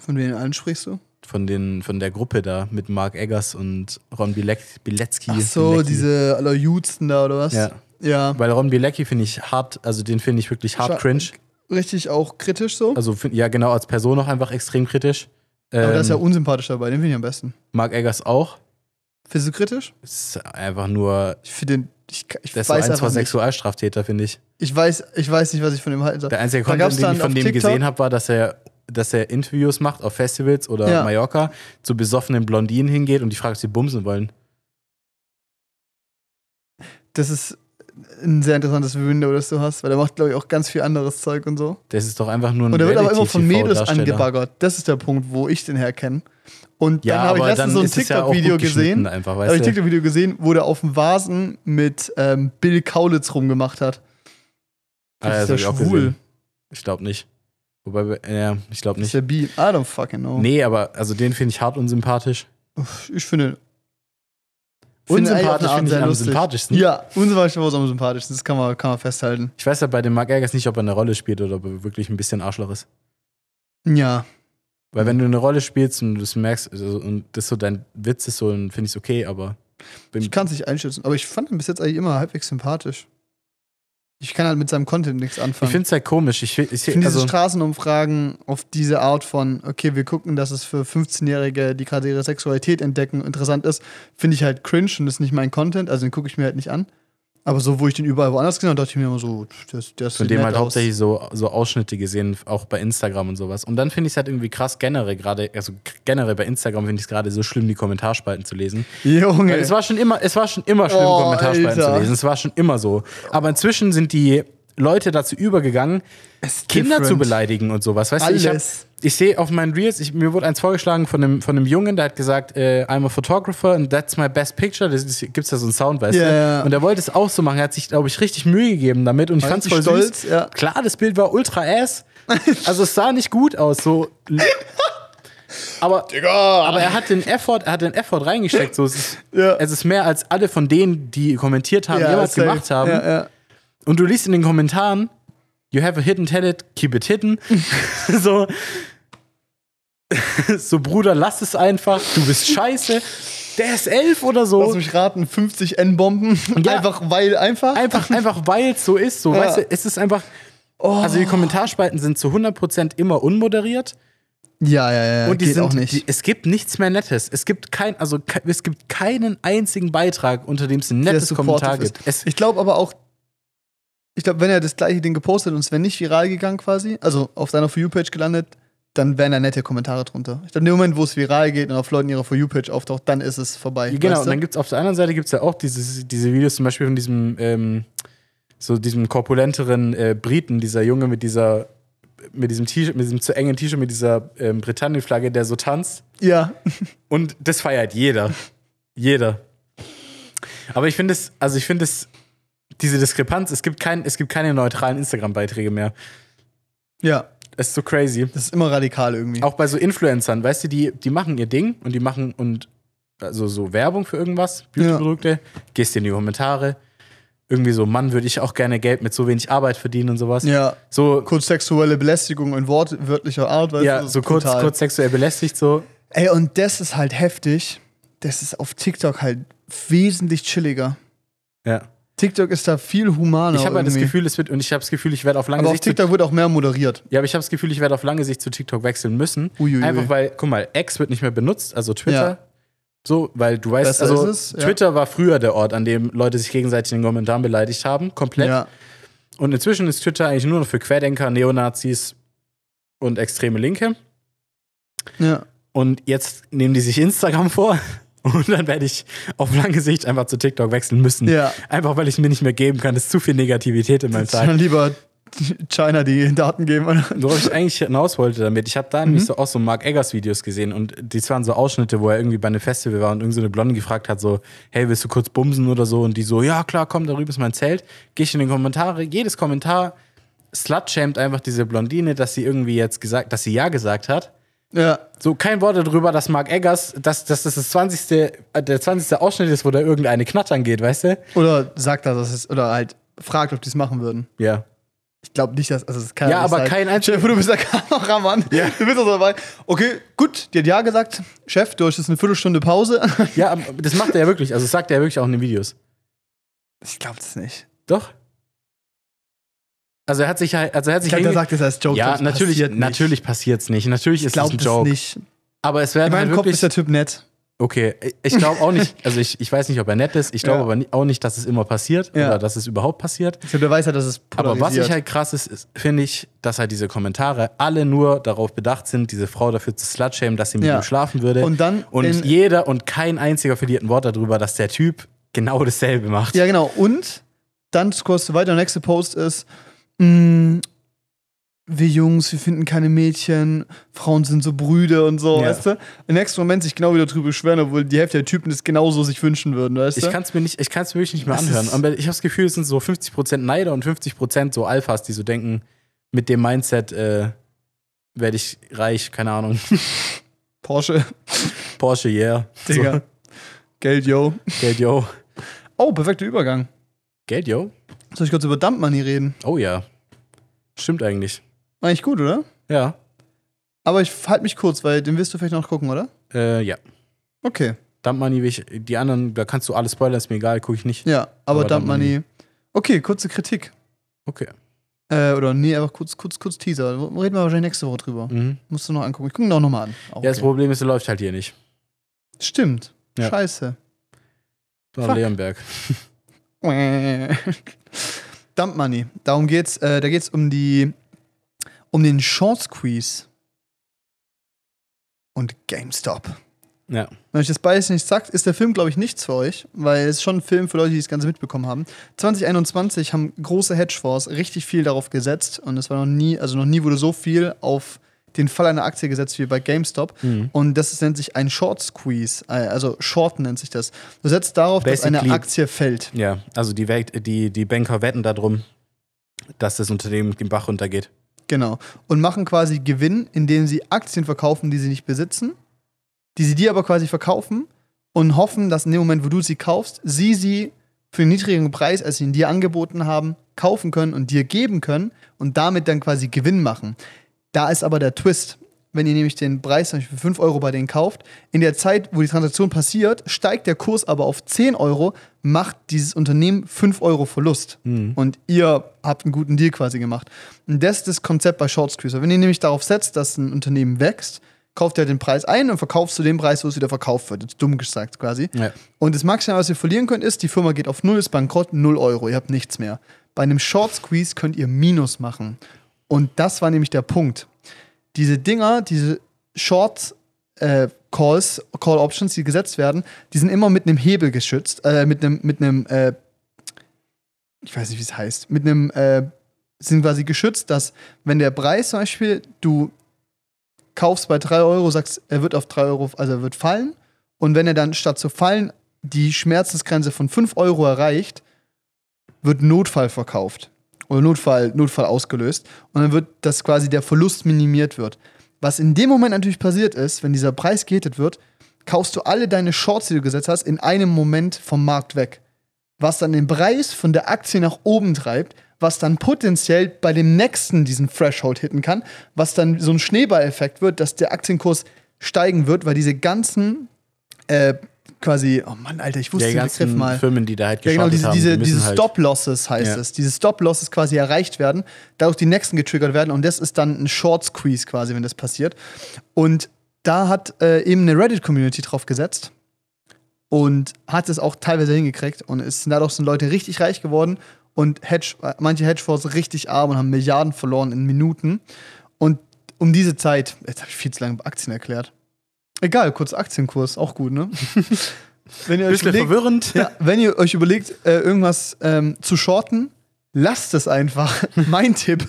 Speaker 2: Von denen allen sprichst du?
Speaker 1: Von, den, von der Gruppe da mit Mark Eggers und Ron Bilek, Bilecki.
Speaker 2: Ach so,
Speaker 1: Bilecki.
Speaker 2: diese aller Judsten da oder was?
Speaker 1: Ja.
Speaker 2: Ja.
Speaker 1: Weil Ron Bilecki finde ich hart, also den finde ich wirklich hart
Speaker 2: Scha-
Speaker 1: cringe.
Speaker 2: Richtig auch kritisch so.
Speaker 1: Also, find, ja, genau, als Person noch einfach extrem kritisch. Ähm,
Speaker 2: Aber der ist ja unsympathisch dabei, den finde ich am besten.
Speaker 1: Mark Eggers auch.
Speaker 2: Findest du kritisch?
Speaker 1: Ist einfach nur,
Speaker 2: Ich finde den. Ich, ka- ich
Speaker 1: das ist
Speaker 2: weiß
Speaker 1: so ein, zwei
Speaker 2: einfach nicht.
Speaker 1: Sexualstraftäter, finde ich.
Speaker 2: Ich weiß, ich weiß nicht, was ich von dem halte.
Speaker 1: Der einzige
Speaker 2: Da gab's
Speaker 1: Content, den ich
Speaker 2: dann
Speaker 1: von
Speaker 2: auf
Speaker 1: dem
Speaker 2: TikTok-
Speaker 1: gesehen habe, war, dass er, dass er Interviews macht auf Festivals oder
Speaker 2: Ja.
Speaker 1: Mallorca, zu besoffenen Blondinen hingeht und die fragt, ob sie bumsen wollen.
Speaker 2: Das ist ein sehr interessantes Window, das du hast, weil der macht, glaube ich, auch ganz viel anderes Zeug und so.
Speaker 1: Das ist doch einfach nur ein
Speaker 2: Und er wird aber immer von Mädels
Speaker 1: Reality-TV-Darsteller.
Speaker 2: angebaggert. Das ist der Punkt, wo ich den herkenne. Und dann
Speaker 1: Ja,
Speaker 2: habe ich
Speaker 1: aber dann
Speaker 2: letztens so ein
Speaker 1: ist es ja auch
Speaker 2: TikTok-Video
Speaker 1: gut geschnitten
Speaker 2: gesehen. Also
Speaker 1: einfach,
Speaker 2: habe ich
Speaker 1: weißt
Speaker 2: ein
Speaker 1: du?
Speaker 2: TikTok-Video gesehen, wo der auf dem Vasen mit ähm, Bill Kaulitz rumgemacht hat.
Speaker 1: Ah,
Speaker 2: Das
Speaker 1: das hab
Speaker 2: ist
Speaker 1: ich
Speaker 2: ja
Speaker 1: auch
Speaker 2: schwul.
Speaker 1: gesehen. Ich glaube nicht. Wobei, äh, ich glaube
Speaker 2: Ist
Speaker 1: nicht.
Speaker 2: der B. I don't fucking know.
Speaker 1: Nee, aber also den finde ich hart unsympathisch.
Speaker 2: Uff, Ich finde. finde eigentlich auf eine
Speaker 1: Unsympathisch
Speaker 2: Art
Speaker 1: finde ich
Speaker 2: sehr
Speaker 1: ihn am
Speaker 2: lustig.
Speaker 1: sympathischsten.
Speaker 2: Ja, unsympathisch war es am sympathischsten. Das kann man, kann man festhalten.
Speaker 1: Ich weiß ja bei dem Mark Eggers nicht, ob er eine Rolle spielt oder ob er wirklich ein bisschen Arschloch ist.
Speaker 2: Ja.
Speaker 1: Weil wenn du eine Rolle spielst und du das merkst also, und das so dein Witz ist so, dann finde ich es okay, aber
Speaker 2: Ich kann es nicht einschätzen, aber ich fand ihn bis jetzt eigentlich immer halbwegs sympathisch. Ich kann halt mit seinem Content nichts
Speaker 1: ich
Speaker 2: anfangen.
Speaker 1: finde es halt komisch. Ich, ich,
Speaker 2: Ich finde
Speaker 1: also,
Speaker 2: diese Straßenumfragen auf diese Art von, okay, wir gucken, dass es für 15-Jährige, die gerade ihre Sexualität entdecken, interessant ist, finde ich halt cringe und ist nicht mein Content, also den gucke ich mir halt nicht an. Aber so, wo ich den überall woanders gesehen habe, dachte ich mir immer so, das, das
Speaker 1: Von
Speaker 2: sieht
Speaker 1: dem
Speaker 2: nett
Speaker 1: halt
Speaker 2: aus.
Speaker 1: hauptsächlich so, so Ausschnitte gesehen, auch bei Instagram und sowas. Und dann finde ich es halt irgendwie krass generell gerade, also generell bei Instagram finde ich es gerade so schlimm, die Kommentarspalten zu lesen.
Speaker 2: Junge.
Speaker 1: Weil es war schon immer, es war schon immer schlimm,
Speaker 2: Oh,
Speaker 1: Kommentarspalten
Speaker 2: Alter.
Speaker 1: zu lesen. Es war schon immer so. Aber inzwischen sind die Leute dazu übergegangen, Kinder
Speaker 2: different.
Speaker 1: zu beleidigen und sowas. Weißt du, ich, hab-
Speaker 2: Alles.
Speaker 1: ich sehe auf meinen Reels, ich, mir wurde eins vorgeschlagen von einem, von einem Jungen, der hat gesagt, äh, I'm a photographer and that's my best picture. Das ist, gibt's da so einen Sound, weißt
Speaker 2: Ja,
Speaker 1: du?
Speaker 2: ja.
Speaker 1: Und er wollte es auch so machen. Er hat sich, glaube ich, richtig Mühe gegeben damit und ich
Speaker 2: War
Speaker 1: fand's voll
Speaker 2: richtig stolz,
Speaker 1: süß.
Speaker 2: ja.
Speaker 1: Klar, das Bild war ultra ass. Also es sah nicht gut aus, so. Aber aber er hat den Effort, er hat den Effort reingesteckt. So, es, ist,
Speaker 2: Ja.
Speaker 1: es ist mehr als alle von denen, die kommentiert haben, jemals
Speaker 2: safe.
Speaker 1: gemacht haben.
Speaker 2: Ja, ja.
Speaker 1: Und du liest in den Kommentaren, you have a hidden talent, keep it hidden. so, so, Bruder, lass es einfach, du bist scheiße. Der ist elf oder
Speaker 2: Lass
Speaker 1: so.
Speaker 2: mich raten, 50 N-Bomben.
Speaker 1: Ja.
Speaker 2: Einfach, weil, einfach.
Speaker 1: Einfach, einfach weil es so ist. So,
Speaker 2: Ja. Oh.
Speaker 1: weißt du, es ist einfach. Also die Kommentarspalten sind zu 100% immer unmoderiert.
Speaker 2: Ja, ja, ja.
Speaker 1: Und die
Speaker 2: Äh, geht
Speaker 1: sind,
Speaker 2: auch nicht.
Speaker 1: Die, es gibt nichts mehr Nettes. Es gibt kein, also ke- es gibt keinen einzigen Beitrag, unter dem es ein
Speaker 2: der
Speaker 1: nettes
Speaker 2: supportive
Speaker 1: Kommentar
Speaker 2: ist.
Speaker 1: gibt. Es,
Speaker 2: ich glaube aber auch, ich glaube, wenn er das gleiche Ding gepostet und es wäre nicht viral gegangen quasi, also auf seiner For You-Page gelandet, dann wären da nette Kommentare drunter. Ich glaube, in dem Moment, wo es viral geht und auf Leuten ihrer For You-Page auftaucht, dann ist es vorbei.
Speaker 1: genau.
Speaker 2: weißt
Speaker 1: Und
Speaker 2: du?
Speaker 1: dann gibt es auf der anderen Seite gibt's ja auch dieses, diese Videos zum Beispiel von diesem ähm, so diesem korpulenteren äh, Briten, dieser Junge mit dieser mit diesem T-Shirt, mit diesem zu engen T-Shirt, mit dieser ähm, Britannien-Flagge, der so tanzt.
Speaker 2: ja.
Speaker 1: Und das feiert jeder. jeder. Aber ich finde es, also ich finde es, diese Diskrepanz, es gibt, kein, es gibt keine neutralen Instagram-Beiträge mehr.
Speaker 2: ja,
Speaker 1: Es ist so crazy.
Speaker 2: das ist immer radikal irgendwie.
Speaker 1: auch bei so Influencern, weißt du, die, die machen ihr Ding und die machen und also so Werbung für irgendwas, Beauty-Produkte, gehst in die Kommentare, irgendwie so, Mann, würde ich auch gerne Geld mit so wenig Arbeit verdienen und sowas.
Speaker 2: Ja.
Speaker 1: So,
Speaker 2: Kurz sexuelle Belästigung in wortwörtlicher Art, weißt du,
Speaker 1: ja,
Speaker 2: das ist
Speaker 1: so kurz,
Speaker 2: brutal.
Speaker 1: kurz sexuell belästigt, so.
Speaker 2: Ey, und das ist halt heftig. Das ist auf TikTok halt wesentlich chilliger.
Speaker 1: Ja.
Speaker 2: TikTok ist da viel humaner.
Speaker 1: Ich habe halt das
Speaker 2: irgendwie.
Speaker 1: Gefühl, es wird, und ich habe das Gefühl, ich werde auf lange
Speaker 2: aber auf
Speaker 1: Sicht. Zu,
Speaker 2: TikTok wird auch mehr moderiert.
Speaker 1: ja, aber ich habe das Gefühl, ich werde auf lange Sicht zu TikTok wechseln müssen.
Speaker 2: Uiuiui.
Speaker 1: Einfach weil, guck mal, X wird nicht mehr benutzt, also Twitter.
Speaker 2: Ja.
Speaker 1: So, weil du weißt,
Speaker 2: Besser
Speaker 1: also
Speaker 2: ist es, ja.
Speaker 1: Twitter war früher der Ort, an dem Leute sich gegenseitig in den Kommentaren beleidigt haben, komplett.
Speaker 2: Ja.
Speaker 1: Und inzwischen ist Twitter eigentlich nur noch für Querdenker, Neonazis und extreme Linke.
Speaker 2: ja.
Speaker 1: Und jetzt nehmen die sich Instagram vor. Und dann werde ich auf lange Sicht einfach zu TikTok wechseln müssen.
Speaker 2: Ja.
Speaker 1: Einfach weil ich es mir nicht mehr geben kann. Es ist zu viel Negativität in meinem Tag.
Speaker 2: Dann lieber China die Daten geben.
Speaker 1: Worauf ich eigentlich hinaus wollte damit, ich habe da nämlich so auch so Mark Eggers Videos gesehen und die waren so Ausschnitte, wo er irgendwie bei einem Festival war und irgend so eine Blonde gefragt hat, so, hey, willst du kurz bumsen oder so? Und die so, ja klar, komm, da drüben ist mein Zelt. Gehe ich in den Kommentare, jedes Kommentar slutshamed einfach diese Blondine, dass sie irgendwie jetzt gesagt, dass sie ja gesagt hat.
Speaker 2: Ja.
Speaker 1: So kein Wort darüber, dass Mark Eggers, dass, dass das, das 20. äh, der 20. Ausschnitt ist, wo da irgendeine knattern geht, weißt du?
Speaker 2: Oder sagt er, dass es, oder halt fragt, ob die es machen würden.
Speaker 1: Ja.
Speaker 2: Ich glaube nicht, dass, also es kann
Speaker 1: Ja,
Speaker 2: nicht
Speaker 1: aber
Speaker 2: sein.
Speaker 1: kein einziger-
Speaker 2: Chef, du bist der Kameramann. Ja. Du bist also dabei. Okay, gut, die hat ja gesagt. Chef, du hast jetzt eine Viertelstunde Pause.
Speaker 1: Ja, aber das macht er ja wirklich, also das sagt er ja wirklich auch in den Videos.
Speaker 2: Ich glaube das nicht.
Speaker 1: Doch. Also er hat sich halt, also er hat sich
Speaker 2: Ich glaube, der
Speaker 1: hinge-
Speaker 2: sagt das als Joke.
Speaker 1: ja,
Speaker 2: das
Speaker 1: natürlich,
Speaker 2: passiert nicht.
Speaker 1: natürlich passiert's nicht. Natürlich
Speaker 2: Ich
Speaker 1: ist
Speaker 2: glaube
Speaker 1: es ein
Speaker 2: das
Speaker 1: Joke.
Speaker 2: nicht. In
Speaker 1: Aber es werden halt
Speaker 2: meinem Kopf
Speaker 1: wirklich
Speaker 2: ist der Typ nett.
Speaker 1: okay. Ich glaube auch nicht, also ich, ich weiß nicht, ob er nett ist. Ich glaube
Speaker 2: Ja.
Speaker 1: aber ni- auch nicht, dass es immer passiert
Speaker 2: Ja.
Speaker 1: oder dass es überhaupt passiert.
Speaker 2: Ich glaube, der weiß halt, dass es
Speaker 1: Aber was ich
Speaker 2: polarisiert.
Speaker 1: halt krass ist, ist finde ich, dass halt diese Kommentare alle nur darauf bedacht sind, diese Frau dafür zu slutshamen, dass sie mit
Speaker 2: Ja.
Speaker 1: ihm schlafen würde.
Speaker 2: Und dann in-
Speaker 1: und jeder und kein einziger verliert ein Wort darüber, dass der Typ genau dasselbe macht.
Speaker 2: Ja, genau. Und dann scrollst du weiter. Der nächste Post ist: mh, Wir Jungs, wir finden keine Mädchen, Frauen sind so Brüder und so,
Speaker 1: Ja.
Speaker 2: weißt du? Im nächsten Moment sich genau wieder drüber beschweren, obwohl die Hälfte der Typen das genauso sich wünschen würden, weißt du?
Speaker 1: Ich kann es mir nicht, ich kann es wirklich nicht mehr
Speaker 2: Das
Speaker 1: anhören.
Speaker 2: ist-
Speaker 1: Aber ich habe das Gefühl, es sind so 50% Neider und 50% so Alphas, die so denken, mit dem Mindset, äh, werde ich reich, keine Ahnung.
Speaker 2: Porsche,
Speaker 1: Porsche, yeah.
Speaker 2: Digga. Geld, yo.
Speaker 1: So, Geld, yo.
Speaker 2: Oh, perfekter Übergang.
Speaker 1: Geld, yo?
Speaker 2: Soll ich kurz über Dampmanni reden?
Speaker 1: Oh ja. Stimmt eigentlich.
Speaker 2: War eigentlich gut, oder?
Speaker 1: Ja.
Speaker 2: Aber ich halte mich kurz, weil den wirst du vielleicht noch gucken, oder?
Speaker 1: Äh, ja.
Speaker 2: Okay.
Speaker 1: Dump Money, will ich, die anderen, da kannst du alles spoilern, ist mir egal, gucke ich nicht.
Speaker 2: Ja,
Speaker 1: Aber
Speaker 2: aber, Dump
Speaker 1: Dump Money.
Speaker 2: Money. Okay, kurze Kritik.
Speaker 1: Okay.
Speaker 2: Äh, oder nee, einfach kurz, kurz, kurz Teaser. Reden wir wahrscheinlich nächste Woche drüber.
Speaker 1: Mhm.
Speaker 2: Musst du noch angucken. Ich gucke ihn auch nochmal an. Auch
Speaker 1: Ja, das
Speaker 2: okay.
Speaker 1: Problem ist, er läuft halt hier nicht.
Speaker 2: Stimmt.
Speaker 1: Ja.
Speaker 2: Scheiße.
Speaker 1: Sondern
Speaker 2: Fuck.
Speaker 1: Leonberg.
Speaker 2: Dump Money. Darum geht's. Äh, da geht's um die um den Short Squeeze und GameStop.
Speaker 1: Ja.
Speaker 2: Wenn euch das beides nicht sagt, ist der Film, glaube ich, nichts für euch, weil es ist schon ein Film für Leute, die das Ganze mitbekommen haben. 2021 haben große Hedgefonds richtig viel darauf gesetzt und es war noch nie, also noch nie wurde so viel auf den Fall einer Aktie gesetzt wie bei GameStop.
Speaker 1: Mhm.
Speaker 2: Und das ist- nennt sich ein Short Squeeze, äh, also Short nennt sich das. Du setzt darauf, dass eine
Speaker 1: Basically-
Speaker 2: Aktie fällt.
Speaker 1: Ja, also die, Welt, die, die Banker wetten darum, dass das Unternehmen den Bach runtergeht.
Speaker 2: Genau. Und machen quasi Gewinn, indem sie Aktien verkaufen, die sie nicht besitzen, die sie dir aber quasi verkaufen und hoffen, dass in dem Moment, wo du sie kaufst, sie sie für einen niedrigeren Preis, als sie ihn dir angeboten haben, kaufen können und dir geben können und damit dann quasi Gewinn machen. Da ist aber der Twist. Wenn ihr nämlich den Preis zum Beispiel für 5 Euro bei denen kauft, in der Zeit, wo die Transaktion passiert, steigt der Kurs aber auf 10 Euro, macht dieses Unternehmen 5 Euro Verlust. Und ihr habt einen guten Deal quasi gemacht. Und das ist das Konzept bei Short Squeezer. Wenn ihr nämlich darauf setzt, dass ein Unternehmen wächst, kauft ihr halt den Preis ein und verkauft zu dem Preis, wo es wieder verkauft wird. Jetzt dumm gesagt quasi.
Speaker 1: Ja.
Speaker 2: Und das Maximum, was ihr verlieren könnt, ist, die Firma geht auf Null, ist bankrott, 0 Euro, ihr habt nichts mehr. Bei einem Short Squeeze könnt ihr Minus machen. Und das war nämlich der Punkt. Diese Dinger, diese Short äh, Calls, Call Options, die gesetzt werden, die sind immer mit einem Hebel geschützt, äh, mit einem, mit einem, äh, ich weiß nicht, wie es heißt, mit einem, äh, sind quasi geschützt, dass wenn der Preis zum Beispiel, du kaufst bei 3 Euro, sagst, er wird auf 3 Euro, also er wird fallen. Und wenn er dann statt zu fallen die Schmerzensgrenze von 5 Euro erreicht, wird Notfall verkauft. Oder Notfall, Notfall ausgelöst. Und dann wird das quasi der Verlust minimiert wird. Was in dem Moment natürlich passiert ist, wenn dieser Preis gehittet wird, kaufst du alle deine Shorts, die du gesetzt hast, in einem Moment vom Markt weg. Was dann den Preis von der Aktie nach oben treibt, was dann potenziell bei dem nächsten diesen Threshold hitten kann, was dann so ein Schneeballeffekt wird, dass der Aktienkurs steigen wird, weil diese ganzen äh, quasi, oh Mann, Alter, ich wusste
Speaker 1: Der
Speaker 2: den Begriff
Speaker 1: ganzen
Speaker 2: mal.
Speaker 1: Firmen, die da halt
Speaker 2: Ja,
Speaker 1: geschaut
Speaker 2: genau, diese,
Speaker 1: haben,
Speaker 2: diese,
Speaker 1: die müssen
Speaker 2: diese
Speaker 1: halt,
Speaker 2: Stop-Losses heißt
Speaker 1: Ja.
Speaker 2: es. Diese Stop-Losses quasi erreicht werden, dadurch die nächsten getriggert werden und das ist dann ein Short-Squeeze quasi, wenn das passiert. Und da hat äh, eben eine Reddit-Community drauf gesetzt und hat es auch teilweise hingekriegt und es sind dadurch sind Leute richtig reich geworden und Hedge, äh, manche Hedgefonds richtig arm und haben Milliarden verloren in Minuten. Und um diese Zeit, jetzt habe ich viel zu lange Aktien erklärt. Egal, kurz Aktienkurs, auch gut, ne? Wenn ihr euch
Speaker 1: Bisschen
Speaker 2: überlegt,
Speaker 1: verwirrend.
Speaker 2: ja, wenn ihr euch überlegt, äh, irgendwas ähm, zu shorten, lasst es einfach. mein Tipp.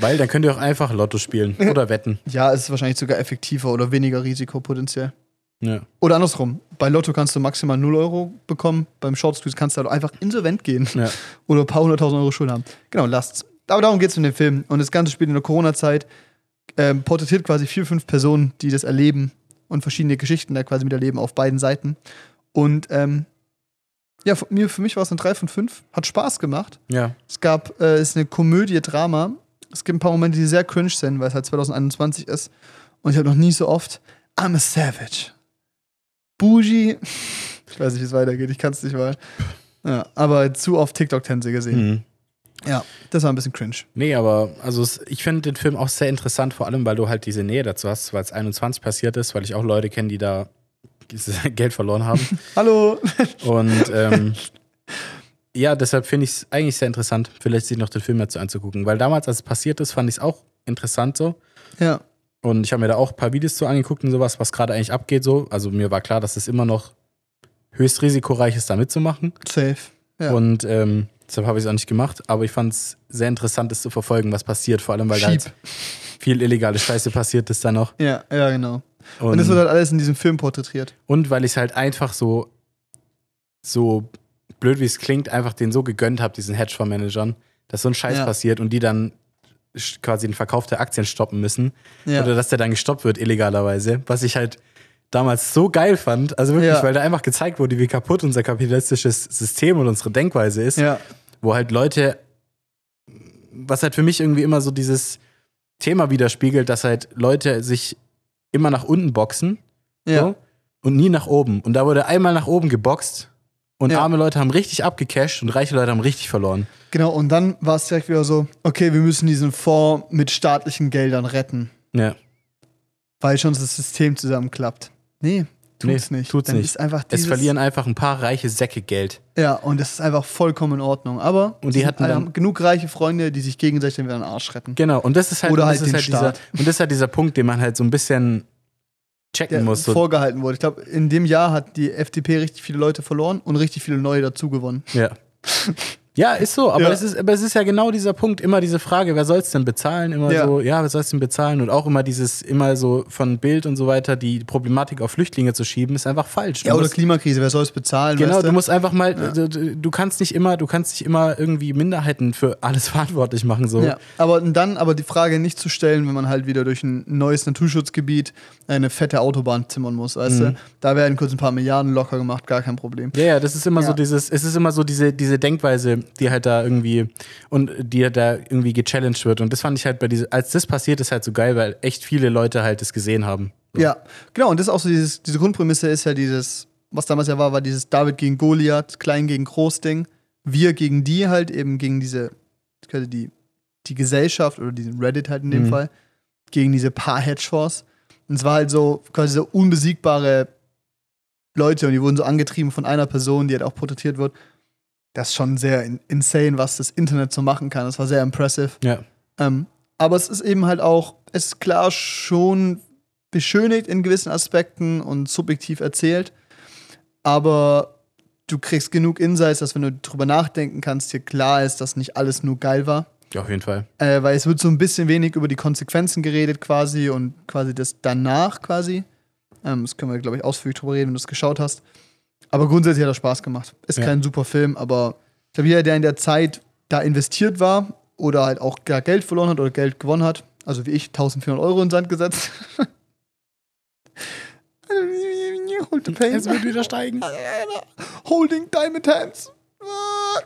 Speaker 1: Weil dann könnt ihr auch einfach Lotto spielen oder wetten.
Speaker 2: Ja, es ist wahrscheinlich sogar effektiver oder weniger risikopotenziell.
Speaker 1: Ja.
Speaker 2: Oder andersrum. Bei Lotto kannst du maximal 0 Euro bekommen, beim Short Squeeze kannst du halt einfach insolvent gehen
Speaker 1: Ja.
Speaker 2: oder ein paar hunderttausend Euro Schulden haben. Genau, lasst's. Aber darum geht's in dem Film. Und das Ganze spielt in der Corona-Zeit, ähm, porträtiert quasi vier, fünf Personen, die das erleben und verschiedene Geschichten da quasi miterleben auf beiden Seiten. Und ähm, ja, für, mir, für mich war es eine 3 von 5. Hat Spaß gemacht.
Speaker 1: ja.
Speaker 2: Es gab, äh, es ist eine Komödie, Drama. Es gibt ein paar Momente, die sehr cringe sind, weil es halt 2021 ist. Und ich habe noch nie so oft I'm a Savage. Bougie. Ich weiß nicht, wie es weitergeht, ich kann es nicht mal. Ja, aber zu oft TikTok-Tänze gesehen.
Speaker 1: Mhm.
Speaker 2: Ja, das war ein bisschen cringe.
Speaker 1: Nee, aber also es, ich finde den Film auch sehr interessant, vor allem weil du halt diese Nähe dazu hast, weil es 21 passiert ist, weil ich auch Leute kenne, die da dieses Geld verloren haben.
Speaker 2: Hallo!
Speaker 1: Und ähm, ja, deshalb finde ich es eigentlich sehr interessant, vielleicht sich noch den Film dazu anzugucken. Weil damals, als es passiert ist, fand ich es auch interessant so.
Speaker 2: Ja,
Speaker 1: Und ich habe mir da auch ein paar Videos zu angeguckt und sowas, was gerade eigentlich abgeht so. Also mir war klar, dass es immer noch höchst risikoreich ist, da mitzumachen.
Speaker 2: safe. Ja.
Speaker 1: Und ähm, deshalb habe ich es auch nicht gemacht. Aber ich fand es sehr interessant, das zu verfolgen, was passiert. Vor allem, weil da
Speaker 2: Sheep.
Speaker 1: halt viel illegale Scheiße passiert ist da noch.
Speaker 2: Ja, ja, genau. Und
Speaker 1: Und,
Speaker 2: das
Speaker 1: und,
Speaker 2: wird halt alles in diesem Film porträtiert.
Speaker 1: weil ich es halt einfach so, so blöd wie es klingt, einfach den so gegönnt habe, diesen Hedgefonds-Managern, dass so ein Scheiß
Speaker 2: Ja.
Speaker 1: passiert und die dann sch- quasi den Verkauf der Aktien stoppen müssen.
Speaker 2: Ja.
Speaker 1: Oder dass der dann gestoppt wird, illegalerweise. Was ich halt damals so geil fand. Also wirklich,
Speaker 2: Ja.
Speaker 1: weil da einfach gezeigt wurde, wie kaputt unser kapitalistisches System und unsere Denkweise ist.
Speaker 2: Ja.
Speaker 1: Wo halt Leute, was halt für mich irgendwie immer so dieses Thema widerspiegelt, dass halt Leute sich immer nach unten boxen
Speaker 2: Ja.
Speaker 1: so, und nie nach oben. Und da wurde einmal nach oben geboxt und
Speaker 2: Ja.
Speaker 1: arme Leute haben richtig abgecasht und reiche Leute haben richtig verloren.
Speaker 2: Genau, und dann war es direkt wieder so, okay, wir müssen diesen Fonds mit staatlichen Geldern retten,
Speaker 1: Ja.
Speaker 2: weil schon das System zusammenklappt. Nee, tut's
Speaker 1: Nee,
Speaker 2: nicht.
Speaker 1: tut's
Speaker 2: dann
Speaker 1: nicht.
Speaker 2: Ist einfach
Speaker 1: Es
Speaker 2: dieses,
Speaker 1: verlieren einfach ein paar reiche Säcke Geld.
Speaker 2: Ja, und das ist einfach vollkommen in Ordnung. Aber
Speaker 1: Und die
Speaker 2: sind
Speaker 1: hatten
Speaker 2: alle-
Speaker 1: dann-
Speaker 2: haben genug reiche Freunde, die sich gegenseitig dann wieder in den Arsch retten.
Speaker 1: Genau. Und das ist halt,
Speaker 2: Oder
Speaker 1: und
Speaker 2: halt
Speaker 1: das ist
Speaker 2: den
Speaker 1: halt dieser,
Speaker 2: Staat.
Speaker 1: und das ist halt dieser Punkt, den man halt so ein bisschen checken
Speaker 2: Der
Speaker 1: muss. So,
Speaker 2: vorgehalten wurde. Ich glaube, in dem Jahr hat die FDP richtig viele Leute verloren und richtig viele neue dazu gewonnen.
Speaker 1: ja. ja, ist so. Aber,
Speaker 2: Ja.
Speaker 1: Es ist, aber es ist ja genau dieser Punkt, immer diese Frage, wer soll es denn bezahlen? Immer
Speaker 2: Ja.
Speaker 1: so, ja, wer soll es denn bezahlen? Und auch immer dieses, immer so von Bild und so weiter, die Problematik auf Flüchtlinge zu schieben, ist einfach falsch. Du
Speaker 2: Ja, oder ne?
Speaker 1: musst-
Speaker 2: Klimakrise, wer soll es bezahlen?
Speaker 1: Genau,
Speaker 2: weißt
Speaker 1: du musst einfach mal, du, du du kannst nicht immer, du kannst nicht immer irgendwie Minderheiten für alles verantwortlich machen. So.
Speaker 2: Ja, aber dann aber die Frage nicht zu stellen, wenn man halt wieder durch ein neues Naturschutzgebiet eine fette Autobahn zimmern muss, weißt
Speaker 1: Mhm.
Speaker 2: du? Da werden kurz ein paar Milliarden locker gemacht, gar kein Problem.
Speaker 1: Ja, ja, das ist immer
Speaker 2: Ja.
Speaker 1: so dieses, es ist immer so diese, diese Denkweise, die halt da irgendwie und die halt da irgendwie gechallenged wird. Und das fand ich halt bei diese, als das passiert ist halt so geil, weil echt viele Leute halt das gesehen haben.
Speaker 2: Ja, genau. Und das ist auch so dieses, diese Grundprämisse ist ja dieses, was damals ja war, war dieses David gegen Goliath, Klein gegen Groß-Ding. Wir gegen die halt, eben gegen diese, quasi die, die Gesellschaft oder diesen Reddit halt in dem
Speaker 1: Mhm.
Speaker 2: Fall, gegen diese paar Hedgefonds. Und es war halt so quasi so unbesiegbare Leute und die wurden so angetrieben von einer Person, die halt auch porträtiert wird. Das ist schon sehr in- insane, was das Internet so machen kann. Das war sehr impressive.
Speaker 1: Ja.
Speaker 2: Ähm, aber es ist eben halt auch, es ist klar schon beschönigt in gewissen Aspekten und subjektiv erzählt, aber du kriegst genug Insights, dass wenn du drüber nachdenken kannst, dir klar ist, dass nicht alles nur geil war.
Speaker 1: Ja, auf jeden Fall.
Speaker 2: Äh, weil es wird so ein bisschen wenig über die Konsequenzen geredet quasi und quasi das danach quasi. Ähm, das können wir, glaube ich, ausführlich drüber reden, wenn du es geschaut hast. Aber grundsätzlich hat er Spaß gemacht. Ist
Speaker 1: Ja.
Speaker 2: kein super Film, aber ich glaube, jeder, der in der Zeit da investiert war oder halt auch gar Geld verloren hat oder Geld gewonnen hat, also wie ich, 1400 Euro in den Sand gesetzt. Hold the pain.
Speaker 1: Es wird wieder steigen.
Speaker 2: Holding Diamond Hands. Ah.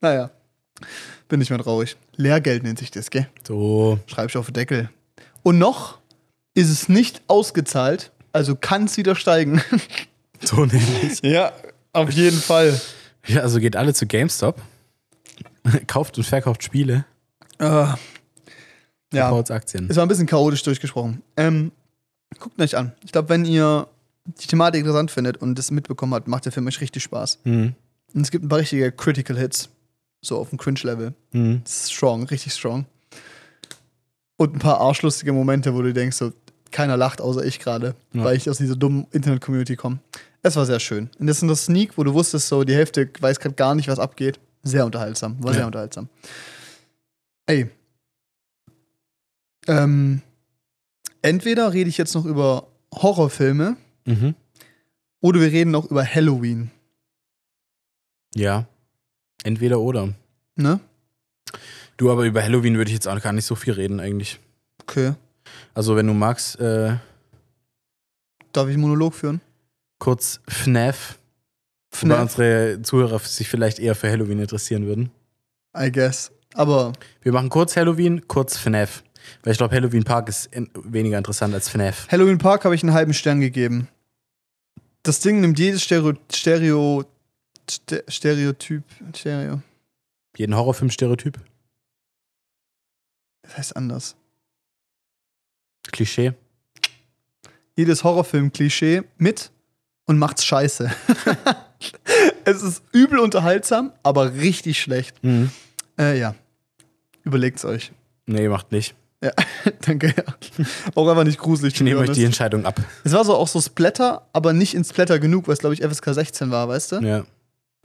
Speaker 2: naja, bin nicht mehr traurig. Lehrgeld nennt sich das, gell?
Speaker 1: So,
Speaker 2: Schreib ich auf den Deckel. Und noch ist es nicht ausgezahlt, also kann es wieder steigen.
Speaker 1: so nämlich.
Speaker 2: ja, auf jeden Fall.
Speaker 1: Ja, also geht alle zu GameStop. Kauft und verkauft Spiele,
Speaker 2: Ah. ja,
Speaker 1: kauft Aktien.
Speaker 2: es war ein bisschen chaotisch durchgesprochen. Ähm, guckt euch an. Ich glaube, wenn ihr die Thematik interessant findet und das mitbekommen habt, macht der Film euch richtig Spaß.
Speaker 1: Mhm.
Speaker 2: Und es gibt ein paar richtige Critical Hits. So auf dem Cringe-Level.
Speaker 1: Mhm.
Speaker 2: strong, richtig strong. Und ein paar arschlustige Momente, wo du denkst, so, keiner lacht außer ich gerade,
Speaker 1: Ja.
Speaker 2: weil ich aus dieser dummen Internet-Community komme. Es war sehr schön. Und das in der Sneak, wo du wusstest, so die Hälfte weiß gerade gar nicht, was abgeht. Sehr unterhaltsam. War sehr
Speaker 1: Ja.
Speaker 2: unterhaltsam. Ey. Ähm, entweder rede ich jetzt noch über Horrorfilme
Speaker 1: Mhm.
Speaker 2: oder wir reden noch über Halloween.
Speaker 1: Ja. Entweder oder.
Speaker 2: Ne?
Speaker 1: Du, aber über Halloween würde ich jetzt auch gar nicht so viel reden eigentlich.
Speaker 2: Okay.
Speaker 1: Also wenn du magst, äh,
Speaker 2: Darf ich einen Monolog führen?
Speaker 1: kurz FNAF, weil
Speaker 2: FNAF,
Speaker 1: unsere Zuhörer sich vielleicht eher für Halloween interessieren würden.
Speaker 2: I guess. Aber
Speaker 1: Wir machen kurz Halloween, kurz FNAF. Weil ich glaube, Halloween Park ist in weniger interessant als FNAF.
Speaker 2: Halloween Park habe ich einen halben Stern gegeben. Das Ding nimmt jedes Stereo, Stereo, Ste- Stereotyp, Stereo,
Speaker 1: Jeden Horrorfilm-Stereotyp,
Speaker 2: das heißt anders.
Speaker 1: Klischee.
Speaker 2: Jedes Horrorfilm-Klischee mit und macht's scheiße. es ist übel unterhaltsam, aber richtig schlecht.
Speaker 1: Mhm.
Speaker 2: Äh, ja. Überlegt's euch.
Speaker 1: Nee, macht nicht.
Speaker 2: Ja, danke. Ja. Auch einfach nicht gruselig.
Speaker 1: Ich nehme euch die
Speaker 2: honest.
Speaker 1: Entscheidung ab.
Speaker 2: Es war so auch so Splatter, aber nicht in Splatter genug, weil es, glaube ich, FSK 16 war, weißt du?
Speaker 1: Ja.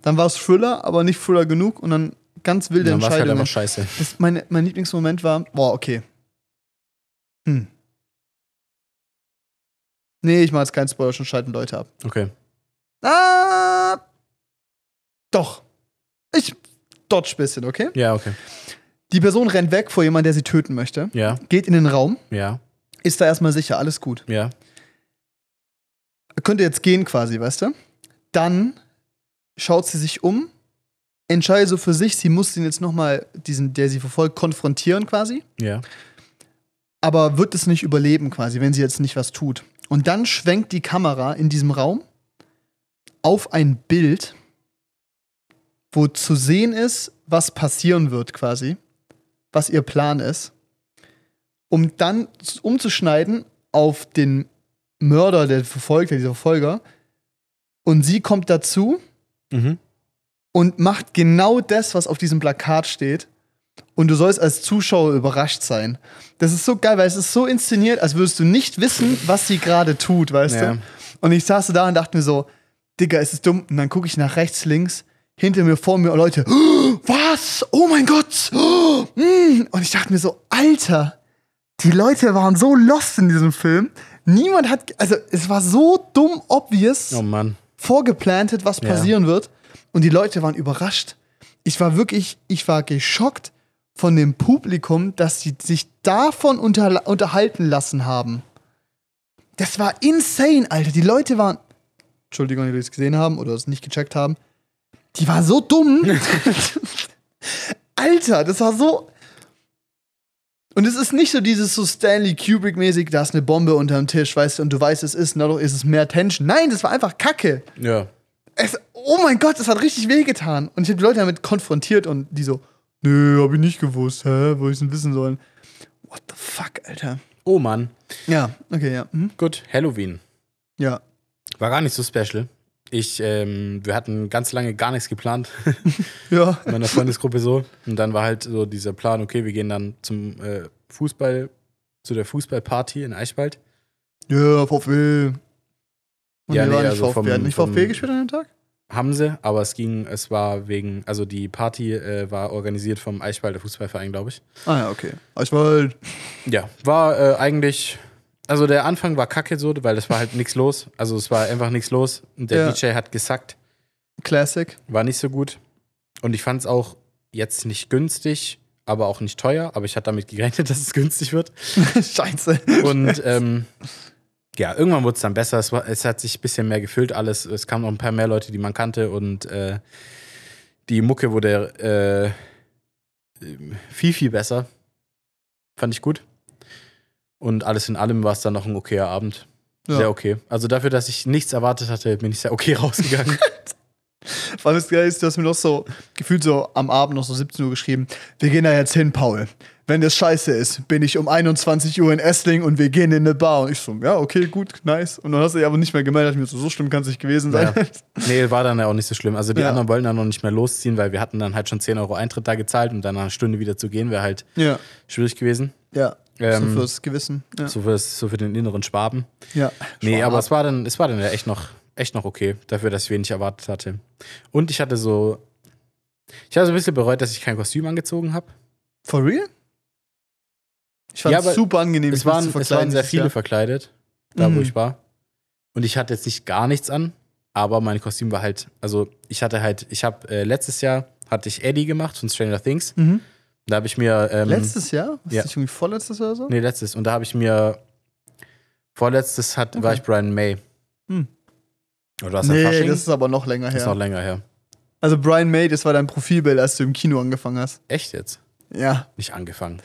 Speaker 2: Dann war es Thriller, aber nicht Thriller genug und dann ganz wilde
Speaker 1: Dann war es halt
Speaker 2: Entscheidungen.
Speaker 1: einfach scheiße.
Speaker 2: Das, meine, mein Lieblingsmoment war, boah, okay. Hm. Nee, ich mache jetzt keinen Spoiler, schon schalten Leute ab.
Speaker 1: Okay.
Speaker 2: Ah! Doch. Ich dodge bisschen, okay?
Speaker 1: Ja, okay.
Speaker 2: Die Person rennt weg vor jemandem, der sie töten möchte,
Speaker 1: Ja,
Speaker 2: geht in den Raum,
Speaker 1: ja,
Speaker 2: ist da erstmal sicher, alles gut.
Speaker 1: ja.
Speaker 2: Könnte jetzt gehen quasi, weißt du? Dann schaut sie sich um, entscheidet so für sich, sie muss ihn jetzt nochmal, diesen, der sie verfolgt, konfrontieren quasi,
Speaker 1: Ja.
Speaker 2: aber wird es nicht überleben quasi, wenn sie jetzt nicht was tut. Und dann schwenkt die Kamera in diesem Raum auf ein Bild, wo zu sehen ist, was passieren wird quasi, was ihr Plan ist, um dann z- umzuschneiden auf den Mörder, der Verfolgte, dieser Verfolger. Und sie kommt dazu
Speaker 1: Mhm.
Speaker 2: und macht genau das, was auf diesem Plakat steht. Und du sollst als Zuschauer überrascht sein. Das ist so geil, weil es ist so inszeniert, als würdest du nicht wissen, was sie gerade tut, weißt
Speaker 1: Ja.
Speaker 2: du? Und ich saß so da und dachte mir so, Digga, ist es dumm? Und dann gucke ich nach rechts, links, hinter mir, vor mir, und Leute, "Oh, was? Oh mein Gott! Oh, mm." Und ich dachte mir so, Alter, die Leute waren so lost in diesem Film. Niemand hat, also es war so dumm obvious
Speaker 1: Oh Mann.
Speaker 2: vorgeplantet, was
Speaker 1: Ja.
Speaker 2: passieren wird. Und die Leute waren überrascht. Ich war wirklich, ich war geschockt von dem Publikum, dass sie sich davon unter, unterhalten lassen haben. Das war insane, Alter. Die Leute waren, Entschuldigung, die das gesehen haben oder es nicht gecheckt haben, die war so dumm. Alter, das war so. Und es ist nicht so dieses so Stanley Kubrick-mäßig, da ist eine Bombe unterm Tisch, weißt du, und du weißt, es ist, dadurch ist es mehr Tension. Nein, das war einfach Kacke.
Speaker 1: Ja.
Speaker 2: Es, oh mein Gott, das hat richtig wehgetan. Und ich habe die Leute damit konfrontiert und die so, nö, hab ich nicht gewusst, hä, wo ich denn wissen sollen. What the fuck, Alter.
Speaker 1: Oh Mann.
Speaker 2: Ja, okay, ja. mhm,
Speaker 1: Gut, Halloween.
Speaker 2: Ja.
Speaker 1: War gar nicht so special. Ich, ähm, wir hatten ganz lange gar nichts geplant.
Speaker 2: Ja.
Speaker 1: in meiner Freundesgruppe so. Und dann war halt so dieser Plan, okay, wir gehen dann zum äh, Fußball, zu der Fußballparty in Eichwald.
Speaker 2: Ja, VfB. Und
Speaker 1: Ja,
Speaker 2: wir
Speaker 1: nee,
Speaker 2: waren nicht
Speaker 1: also
Speaker 2: VfB.
Speaker 1: vom-
Speaker 2: Hat nicht
Speaker 1: vom-
Speaker 2: VfB gespielt an dem Tag?
Speaker 1: Haben sie, aber es ging, es war wegen, also die Party äh, war organisiert vom Eichwalder Fußballverein, glaube ich.
Speaker 2: Ah ja, okay. Ich war
Speaker 1: Ja, war äh, eigentlich, also der Anfang war kacke so, weil es war halt nichts los. Also es war einfach nichts los. Und der
Speaker 2: Ja.
Speaker 1: DJ hat gesackt,
Speaker 2: Classic.
Speaker 1: war nicht so gut. Und ich fand es auch jetzt nicht günstig, aber auch nicht teuer. Aber ich hatte damit gerechnet, dass es günstig wird.
Speaker 2: Scheiße.
Speaker 1: Und ähm, ja, irgendwann wurde es dann besser. Es, war, es hat sich ein bisschen mehr gefüllt, alles. Es kamen noch ein paar mehr Leute, die man kannte. Und äh, die Mucke wurde äh, ähm, viel, viel besser. Fand ich gut. Und alles in allem war es dann noch ein okayer Abend.
Speaker 2: Ja.
Speaker 1: Sehr okay. Also dafür, dass ich nichts erwartet hatte, bin ich sehr okay rausgegangen.
Speaker 2: Weil das Geil ist, du hast mir noch so gefühlt so am Abend noch so 17 Uhr geschrieben, wir gehen da jetzt hin, Paul. Wenn das scheiße ist, bin ich um 21 Uhr in Essling und wir gehen in eine Bar. Und ich so, ja, okay, gut, nice. Und dann hast du dich aber nicht mehr gemeldet. Ich mir so, so schlimm kann es nicht gewesen sein.
Speaker 1: Ja. Nee, war dann ja auch nicht so schlimm. Also die
Speaker 2: Ja.
Speaker 1: anderen wollten dann noch nicht mehr losziehen, weil wir hatten dann halt schon 10 Euro Eintritt da gezahlt und dann nach einer Stunde wieder zu gehen, wäre halt
Speaker 2: Ja,
Speaker 1: schwierig gewesen.
Speaker 2: ja.
Speaker 1: Ähm,
Speaker 2: so fürs Gewissen. Ja.
Speaker 1: So, fürs, so für den inneren Schwaben.
Speaker 2: ja.
Speaker 1: Nee,
Speaker 2: Schwarm
Speaker 1: aber
Speaker 2: ab.
Speaker 1: es war dann, es war dann ja echt noch, echt noch okay, dafür, dass ich wenig erwartet hatte. Und ich hatte so. Ich habe so ein bisschen bereut, dass ich kein Kostüm angezogen habe.
Speaker 2: For real? Ich fand
Speaker 1: Ja,
Speaker 2: es
Speaker 1: aber
Speaker 2: super angenehm.
Speaker 1: Es
Speaker 2: mich
Speaker 1: waren,
Speaker 2: zu
Speaker 1: es
Speaker 2: verkleiden
Speaker 1: waren sehr
Speaker 2: dieses
Speaker 1: viele
Speaker 2: Jahr.
Speaker 1: verkleidet, da wo
Speaker 2: Mhm.
Speaker 1: ich war. Und ich hatte jetzt nicht gar nichts an, aber mein Kostüm war halt, also ich hatte halt, ich habe äh, letztes Jahr hatte ich Eddie gemacht von Stranger Things.
Speaker 2: Mhm.
Speaker 1: Da habe ich mir ähm,
Speaker 2: Letztes Jahr? Was
Speaker 1: ja.
Speaker 2: ist das irgendwie vorletztes Jahr oder so?
Speaker 1: nee letztes und da habe ich mir vorletztes hat war
Speaker 2: Okay.
Speaker 1: ich Brian May.
Speaker 2: Hm.
Speaker 1: Oder was?
Speaker 2: Nee,
Speaker 1: Fasching?
Speaker 2: das ist aber noch länger her.
Speaker 1: ist noch länger her.
Speaker 2: Also Brian May, das war dein Profilbild, als du im Kino angefangen hast.
Speaker 1: Echt jetzt?
Speaker 2: Ja,
Speaker 1: Nicht angefangen.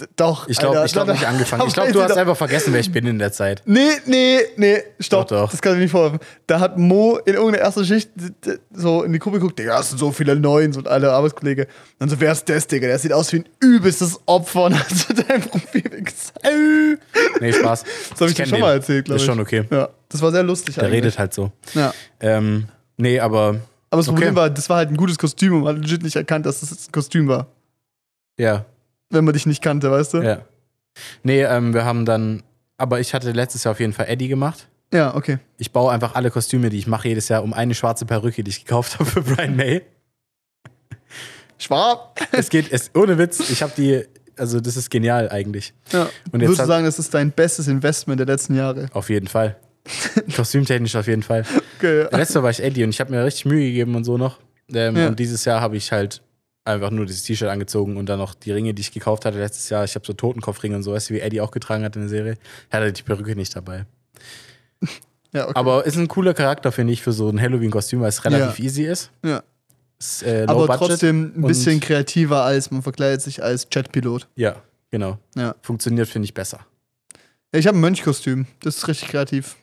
Speaker 2: d- doch.
Speaker 1: Ich glaube,
Speaker 2: Alter,
Speaker 1: ich glaube
Speaker 2: da-
Speaker 1: nicht angefangen.
Speaker 2: da
Speaker 1: Ich glaube,
Speaker 2: weiß
Speaker 1: du hast
Speaker 2: doch-
Speaker 1: einfach vergessen, wer ich bin in der Zeit.
Speaker 2: Nee, nee, nee, stopp.
Speaker 1: Doch, doch.
Speaker 2: Das kann ich mir nicht vorwerfen. Da hat Mo in irgendeiner ersten Schicht d- d- so in die Gruppe geguckt, Digga, das sind so viele Neuns und alle Arbeitskollege. Dann so, wer ist das, Digga? Der sieht aus wie ein übelstes Opfer und hat so dein Profil gesagt. Äh.
Speaker 1: Nee, Spaß.
Speaker 2: Das habe ich, dir
Speaker 1: kenn
Speaker 2: schon
Speaker 1: den.
Speaker 2: mal erzählt, glaube ich.
Speaker 1: Ist schon okay.
Speaker 2: Ja, das war sehr lustig
Speaker 1: Der
Speaker 2: eigentlich.
Speaker 1: redet halt so.
Speaker 2: Ja.
Speaker 1: Ähm, nee, aber
Speaker 2: Aber das Problem
Speaker 1: Okay.
Speaker 2: war, das war halt ein gutes Kostüm und man hat legit nicht erkannt, dass das jetzt ein Kostüm war.
Speaker 1: ja,
Speaker 2: Wenn man dich nicht kannte, weißt du?
Speaker 1: ja. Nee, ähm, wir haben dann, aber ich hatte letztes Jahr auf jeden Fall Eddie gemacht.
Speaker 2: ja okay.
Speaker 1: Ich baue einfach alle Kostüme, die ich mache, jedes Jahr um eine schwarze Perücke, die ich gekauft habe für Brian May.
Speaker 2: Schwab!
Speaker 1: Es geht, es, ohne Witz, ich habe die, also das ist genial eigentlich.
Speaker 2: Ja.
Speaker 1: Und jetzt
Speaker 2: Und jetzt Würdest du
Speaker 1: hat-
Speaker 2: sagen, das ist dein bestes Investment der letzten Jahre?
Speaker 1: Auf jeden Fall. Kostümtechnisch auf jeden Fall.
Speaker 2: Okay.
Speaker 1: Letztes Jahr war ich Eddie und ich habe mir richtig Mühe gegeben und so noch. Ähm,
Speaker 2: Ja.
Speaker 1: Und dieses Jahr habe ich halt einfach nur dieses T-Shirt angezogen und dann noch die Ringe, die ich gekauft hatte letztes Jahr. Ich habe so Totenkopfringe und so, weißt du, wie Eddie auch getragen hat in der Serie. Er hatte die Perücke nicht dabei.
Speaker 2: Ja, okay.
Speaker 1: Aber ist ein cooler Charakter, finde ich, für so ein Halloween-Kostüm, weil es relativ easy ist.
Speaker 2: ja.
Speaker 1: ist äh, low
Speaker 2: Aber
Speaker 1: budget
Speaker 2: trotzdem ein
Speaker 1: und-
Speaker 2: bisschen kreativer als, man verkleidet sich als Jetpilot.
Speaker 1: Ja, genau.
Speaker 2: Ja.
Speaker 1: Funktioniert, finde ich, besser.
Speaker 2: Ja, Ich habe ein Mönchkostüm, das ist richtig kreativ.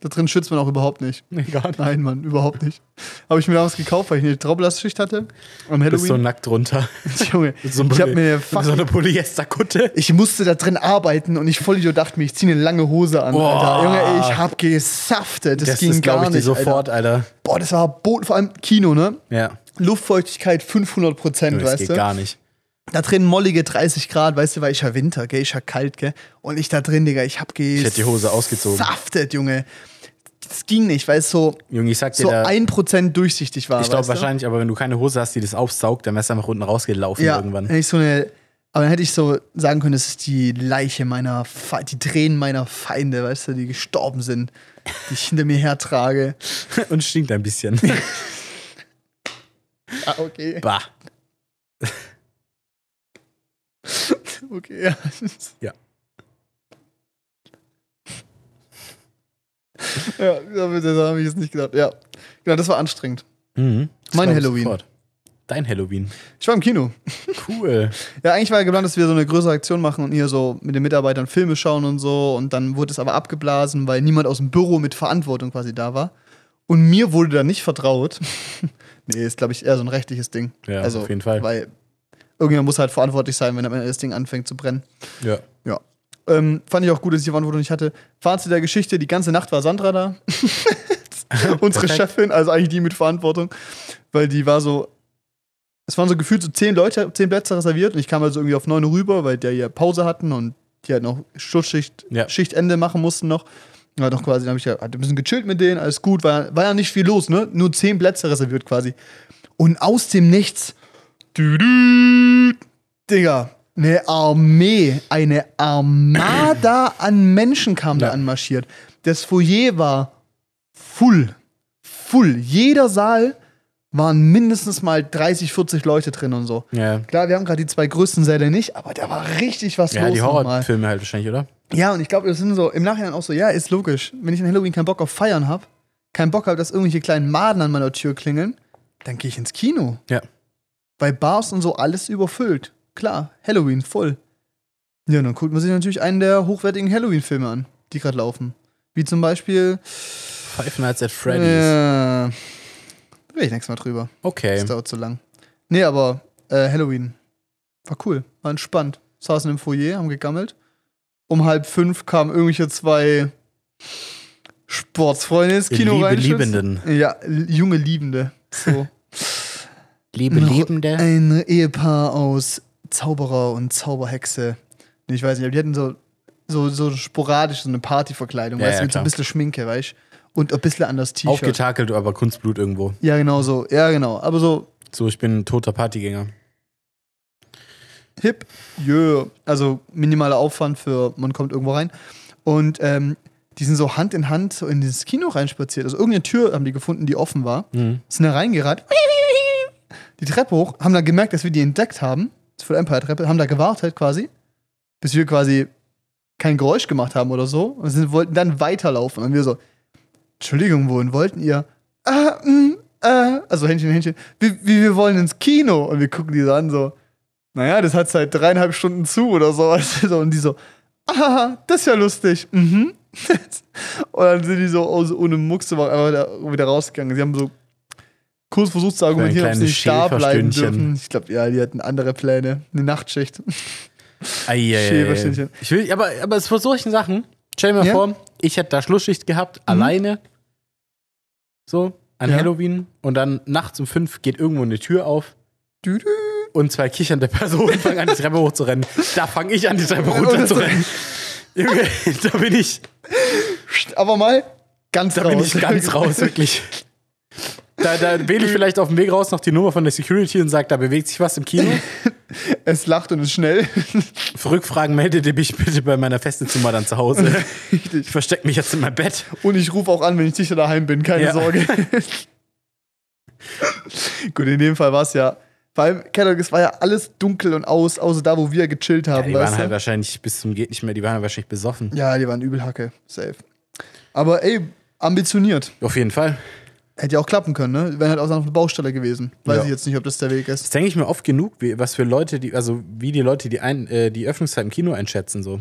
Speaker 2: da drin schützt man auch überhaupt nicht.
Speaker 1: Egal.
Speaker 2: Nein, Mann, überhaupt nicht. Habe ich mir damals gekauft, weil ich eine Traublastschicht hatte. Am
Speaker 1: Bist so
Speaker 2: Halloween.
Speaker 1: nackt runter.
Speaker 2: Junge,
Speaker 1: Mit so einem
Speaker 2: ich habe
Speaker 1: Poly-
Speaker 2: mir eine
Speaker 1: mit so
Speaker 2: fucking
Speaker 1: eine Polyesterkutte.
Speaker 2: Ich musste da drin arbeiten und ich Vollidiot dachte mir, ich ziehe eine lange Hose an,
Speaker 1: Boah.
Speaker 2: Alter. Junge, ich hab gesaftet. Das,
Speaker 1: Das
Speaker 2: ging
Speaker 1: ist,
Speaker 2: gar
Speaker 1: glaube ich,
Speaker 2: nicht.
Speaker 1: dir sofort, Alter.
Speaker 2: Alter. Boah, das war Boden, vor allem Kino, ne?
Speaker 1: Ja.
Speaker 2: Luftfeuchtigkeit 500 Prozent,
Speaker 1: Das
Speaker 2: weißt
Speaker 1: geht
Speaker 2: du?
Speaker 1: gar nicht.
Speaker 2: Da drin mollige 30 Grad, weißt du, weil ich ja Winter, gell, ich ja kalt, gell. Und ich da drin, Digga, ich hab gesaftet.
Speaker 1: hätte die Hose ausgezogen.
Speaker 2: Saftet, Junge. Das ging nicht, weil es so,
Speaker 1: Junge, ich sag dir,
Speaker 2: so
Speaker 1: da,
Speaker 2: ein Prozent durchsichtig war.
Speaker 1: ich glaube
Speaker 2: weißt du?
Speaker 1: wahrscheinlich, aber wenn du keine Hose hast, die das aufsaugt, dann wärst du einfach unten rausgelaufen
Speaker 2: ja,
Speaker 1: irgendwann.
Speaker 2: Hätte ich so eine, aber dann hätte ich so sagen können, das ist die Leiche meiner, Fe die Tränen meiner Feinde, weißt du, die gestorben sind, die ich hinter mir hertrage.
Speaker 1: Und stinkt ein bisschen.
Speaker 2: Ah, okay.
Speaker 1: bah.
Speaker 2: Okay, ja.
Speaker 1: Ja.
Speaker 2: Ja, damit- das habe ich jetzt nicht gedacht. Ja, genau, das war anstrengend.
Speaker 1: Mhm. Das
Speaker 2: Mein
Speaker 1: glaub ich
Speaker 2: Halloween.
Speaker 1: sofort. Dein Halloween.
Speaker 2: Ich war im Kino.
Speaker 1: Cool.
Speaker 2: Ja, eigentlich war ja geplant, dass wir so eine größere Aktion machen und hier so mit den Mitarbeitern Filme schauen und so. Und dann wurde es aber abgeblasen, weil niemand aus dem Büro mit Verantwortung quasi da war. Und mir wurde da nicht vertraut. nee, ist, glaube ich, eher so ein rechtliches Ding.
Speaker 1: Ja,
Speaker 2: also,
Speaker 1: auf jeden Fall.
Speaker 2: Weil irgendjemand muss halt verantwortlich sein, wenn am Ende das Ding anfängt zu brennen.
Speaker 1: Ja.
Speaker 2: Ja. Ähm, fand ich auch gut, dass ich die Verantwortung nicht hatte. Fazit der Geschichte: Die ganze Nacht war Sandra da. Unsere
Speaker 1: Perfekt.
Speaker 2: Chefin, also eigentlich die mit Verantwortung, weil die war so. Es waren so gefühlt so zehn Leute, zehn Plätze reserviert und ich kam also irgendwie auf neun rüber, weil die ja Pause hatten und die halt noch Schutzschicht,
Speaker 1: Ja.
Speaker 2: Schichtende machen mussten noch. Ja, doch quasi, dann habe ich ja, hatte ein bisschen gechillt mit denen, alles gut, war, war ja nicht viel los, ne? Nur zehn Plätze reserviert quasi. Und aus dem Nichts. Tüdü, Digga, eine Armee, eine Armada an Menschen kam da
Speaker 1: Ja.
Speaker 2: anmarschiert. Das Foyer war full. Full. Jeder Saal waren mindestens mal 30, 40 Leute drin und so.
Speaker 1: Ja,
Speaker 2: Klar, wir haben gerade die zwei größten Säle nicht, aber da war richtig was
Speaker 1: ja
Speaker 2: los.
Speaker 1: die
Speaker 2: nochmal.
Speaker 1: Horrorfilme halt wahrscheinlich, oder?
Speaker 2: Ja, und ich glaube, das sind so im Nachhinein auch so, ja, ist logisch. Wenn ich an Halloween keinen Bock auf Feiern habe, keinen Bock habe, dass irgendwelche kleinen Maden an meiner Tür klingeln, dann gehe ich ins Kino.
Speaker 1: Ja.
Speaker 2: Bei Bars und so alles überfüllt. Klar, Halloween voll. Ja, dann guckt man sich natürlich einen der hochwertigen Halloween-Filme an, die gerade laufen. Wie zum Beispiel.
Speaker 1: Five Nights at
Speaker 2: Äh,
Speaker 1: Freddy's.
Speaker 2: da rede ich nächstes Mal drüber.
Speaker 1: Okay.
Speaker 2: Das dauert zu lang. Nee, aber äh, Halloween war cool, war entspannt. Saßen im Foyer, haben gegammelt. Um halb fünf kamen irgendwelche zwei Sportsfreunde ins Kino
Speaker 1: Liebe
Speaker 2: rein.
Speaker 1: Liebenden.
Speaker 2: Ja, l- junge Liebende. So.
Speaker 1: Liebe Lebende.
Speaker 2: Ein Ehepaar aus Zauberer und Zauberhexe. Nee, ich weiß nicht, aber die hatten so, so, so sporadisch so eine Partyverkleidung,
Speaker 1: Ja,
Speaker 2: weißt
Speaker 1: ja,
Speaker 2: du, mit so ein
Speaker 1: klar.
Speaker 2: bisschen Schminke, weißt du? Und ein bisschen anders T-Shirt.
Speaker 1: Aufgetakelt, aber Kunstblut irgendwo.
Speaker 2: Ja, genau so. Ja, genau. Aber so
Speaker 1: So, ich bin ein toter Partygänger.
Speaker 2: hip, jö. Also minimaler Aufwand für, man kommt irgendwo rein. Und ähm, die sind so Hand in Hand so in dieses Kino reinspaziert. Also irgendeine Tür haben die gefunden, die offen war. Sind da reingerannt. Die Treppe hoch, haben dann gemerkt, dass wir die entdeckt haben. Die Full Empire Treppe, haben da gewartet quasi, bis wir quasi kein Geräusch gemacht haben oder so. Und sind, wollten dann weiterlaufen. Und wir so, Entschuldigung, wohin wollten ihr? Ah, mh, äh, also Händchen, Händchen. Wie, wie, wir wollen ins Kino. Und wir gucken die so an, so, naja, das hat seit dreieinhalb Stunden zu oder so. weißt du, so. Und die so, ah, das ist ja lustig. Mhm. Und dann sind die so aus, ohne Mucks zu machen, einfach da, wieder rausgegangen. Sie haben so kurz versucht zu argumentieren, ob sie
Speaker 1: kleines
Speaker 2: nicht da bleiben
Speaker 1: Schäferstündchen.
Speaker 2: dürfen. Ich glaube, ja, die hatten andere Pläne. Eine Nachtschicht.
Speaker 1: Schäferstündchen.
Speaker 2: Schäferstündchen.
Speaker 1: Ich will, aber, aber es vor solchen Sachen, stell dir mal
Speaker 2: Ja. Mhm.
Speaker 1: vor, ich hätte da Schlussschicht gehabt, alleine. So, an
Speaker 2: Ja.
Speaker 1: Halloween. Und dann nachts um fünf geht irgendwo eine Tür auf
Speaker 2: Dü -dü.
Speaker 1: und zwei kichernde Personen fangen an, die Treppe hochzurennen. Da fange ich an, die Treppe
Speaker 2: Und-
Speaker 1: runterzurennen. Junge, da bin ich,
Speaker 2: Aber mal ganz
Speaker 1: da
Speaker 2: raus. Äh.
Speaker 1: bin ich ganz raus, wirklich. Da, da wähle ich vielleicht auf dem Weg raus noch die Nummer von der Security und sage, da bewegt sich was im Kino.
Speaker 2: Es lacht und ist schnell.
Speaker 1: Für Rückfragen meldet ihr mich bitte bei meiner festen Zimmer dann zu Hause. Ich verstecke mich jetzt in meinem Bett.
Speaker 2: Und ich rufe auch an, wenn ich sicher daheim bin, keine
Speaker 1: Ja.
Speaker 2: Sorge. Gut, in dem Fall war es ja Vor allem, keine Ahnung, es war ja alles dunkel und aus, außer da, wo wir gechillt haben.
Speaker 1: Die
Speaker 2: weißt
Speaker 1: waren
Speaker 2: du?
Speaker 1: halt wahrscheinlich bis zum Geht nicht mehr, die waren halt wahrscheinlich besoffen.
Speaker 2: ja, die waren übel Hacke. Safe. Aber ey, ambitioniert.
Speaker 1: Auf jeden Fall.
Speaker 2: Hätte ja auch klappen können, ne? Wären halt auch auf einer Baustelle gewesen. Weiß
Speaker 1: Ja.
Speaker 2: ich jetzt nicht, ob das der Weg ist.
Speaker 1: Das denke ich mir oft genug, wie, was für Leute, die, also wie die Leute die, ein, äh, die Öffnungszeit im Kino einschätzen, so.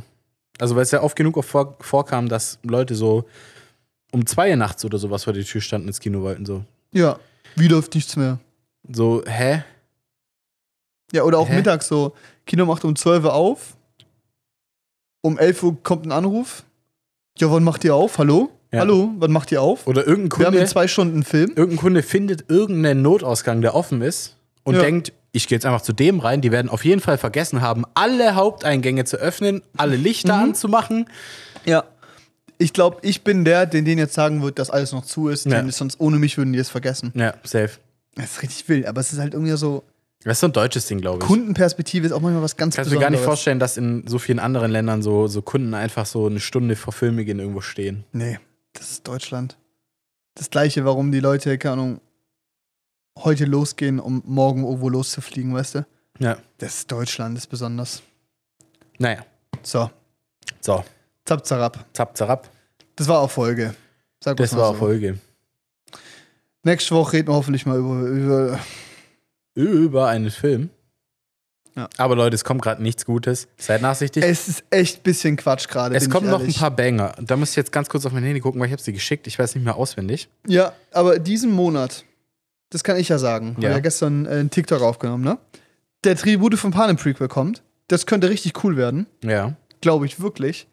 Speaker 1: Also, weil es ja oft genug auch vor, vorkam, dass Leute so um zwei Uhr nachts oder sowas vor der Tür standen ins Kino wollten, so.
Speaker 2: Ja, wie läuft nichts mehr.
Speaker 1: So, hä?
Speaker 2: Ja, oder auch
Speaker 1: Hä?
Speaker 2: mittags so. Kino macht um 12 Uhr auf. Um 11 Uhr kommt ein Anruf. Ja, wann macht ihr auf? Hallo?
Speaker 1: Ja.
Speaker 2: Hallo, wann macht ihr auf?
Speaker 1: Oder irgendein
Speaker 2: Wir haben um
Speaker 1: Kunde,
Speaker 2: in zwei Stunden einen Film.
Speaker 1: irgendein Kunde findet irgendeinen Notausgang, der offen ist und
Speaker 2: Ja.
Speaker 1: denkt, ich gehe jetzt einfach zu dem rein. Die werden auf jeden Fall vergessen haben, alle Haupteingänge zu öffnen, alle Lichter anzumachen.
Speaker 2: Ja. Ich glaube, ich bin der, den denen jetzt sagen wird, dass alles noch zu ist.
Speaker 1: Ja.
Speaker 2: Denn sonst ohne mich würden die es vergessen.
Speaker 1: Ja, safe.
Speaker 2: Das ist richtig wild, aber es ist halt irgendwie so.
Speaker 1: Das ist so ein deutsches Ding, glaube ich.
Speaker 2: Kundenperspektive ist auch manchmal was ganz
Speaker 1: Kannst du mir
Speaker 2: Besonderes.
Speaker 1: gar nicht vorstellen, dass in so vielen anderen Ländern so, so Kunden einfach so eine Stunde vor Filmbeginn irgendwo stehen.
Speaker 2: Nee, das ist Deutschland. Das gleiche, warum die Leute, keine Ahnung, heute losgehen, um morgen irgendwo loszufliegen, weißt du?
Speaker 1: Ja.
Speaker 2: Das ist Deutschland, das ist besonders.
Speaker 1: Naja.
Speaker 2: So,
Speaker 1: So,
Speaker 2: zap, zarab.
Speaker 1: zap, zarab.
Speaker 2: Das war auch Folge. Sag
Speaker 1: Das
Speaker 2: mal
Speaker 1: war
Speaker 2: so.
Speaker 1: Folge.
Speaker 2: Nächste Woche reden wir hoffentlich mal über, über
Speaker 1: Über einen Film.
Speaker 2: Ja.
Speaker 1: Aber Leute, es kommt gerade nichts Gutes. Seid nachsichtig.
Speaker 2: Es ist echt ein bisschen Quatsch gerade.
Speaker 1: es
Speaker 2: bin ich
Speaker 1: kommen noch ein
Speaker 2: ehrlich.
Speaker 1: paar Banger. Da muss ich jetzt ganz kurz auf mein Handy gucken, weil ich habe sie geschickt. Ich weiß nicht mehr auswendig.
Speaker 2: Ja, aber diesen Monat, das kann ich ja sagen, ja.
Speaker 1: Ja.
Speaker 2: habe ja gestern äh, einen TikTok aufgenommen, ne? Der Tribute von Panem Prequel kommt. Das könnte richtig cool werden,
Speaker 1: Ja.
Speaker 2: glaube ich wirklich.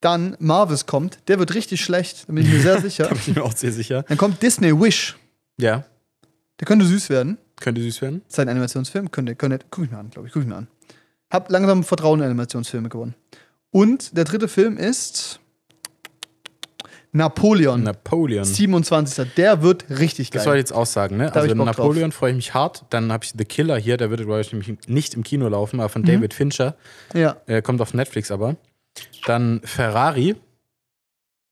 Speaker 2: Dann Marvis kommt, der wird richtig schlecht, da bin ich mir sehr sicher.
Speaker 1: Da bin ich mir auch sehr sicher.
Speaker 2: Dann kommt Disney Wish,
Speaker 1: Ja.
Speaker 2: der könnte süß werden.
Speaker 1: Könnte süß werden.
Speaker 2: Sein Animationsfilm, könnte, könnte, guck ich mir an, glaube ich, guck ich mir an. Hab langsam Vertrauen in Animationsfilme gewonnen. Und der dritte Film ist Napoleon,
Speaker 1: Napoleon.
Speaker 2: 27. Der wird richtig geil.
Speaker 1: Das wollte ich jetzt aussagen, ne?
Speaker 2: hab
Speaker 1: also
Speaker 2: ich Bock
Speaker 1: Napoleon freue ich mich hart. Dann habe ich The Killer hier, der würde, glaube ich, nämlich nicht im Kino laufen, aber von
Speaker 2: Mhm.
Speaker 1: David Fincher.
Speaker 2: ja.
Speaker 1: Äh, kommt auf Netflix aber. Dann Ferrari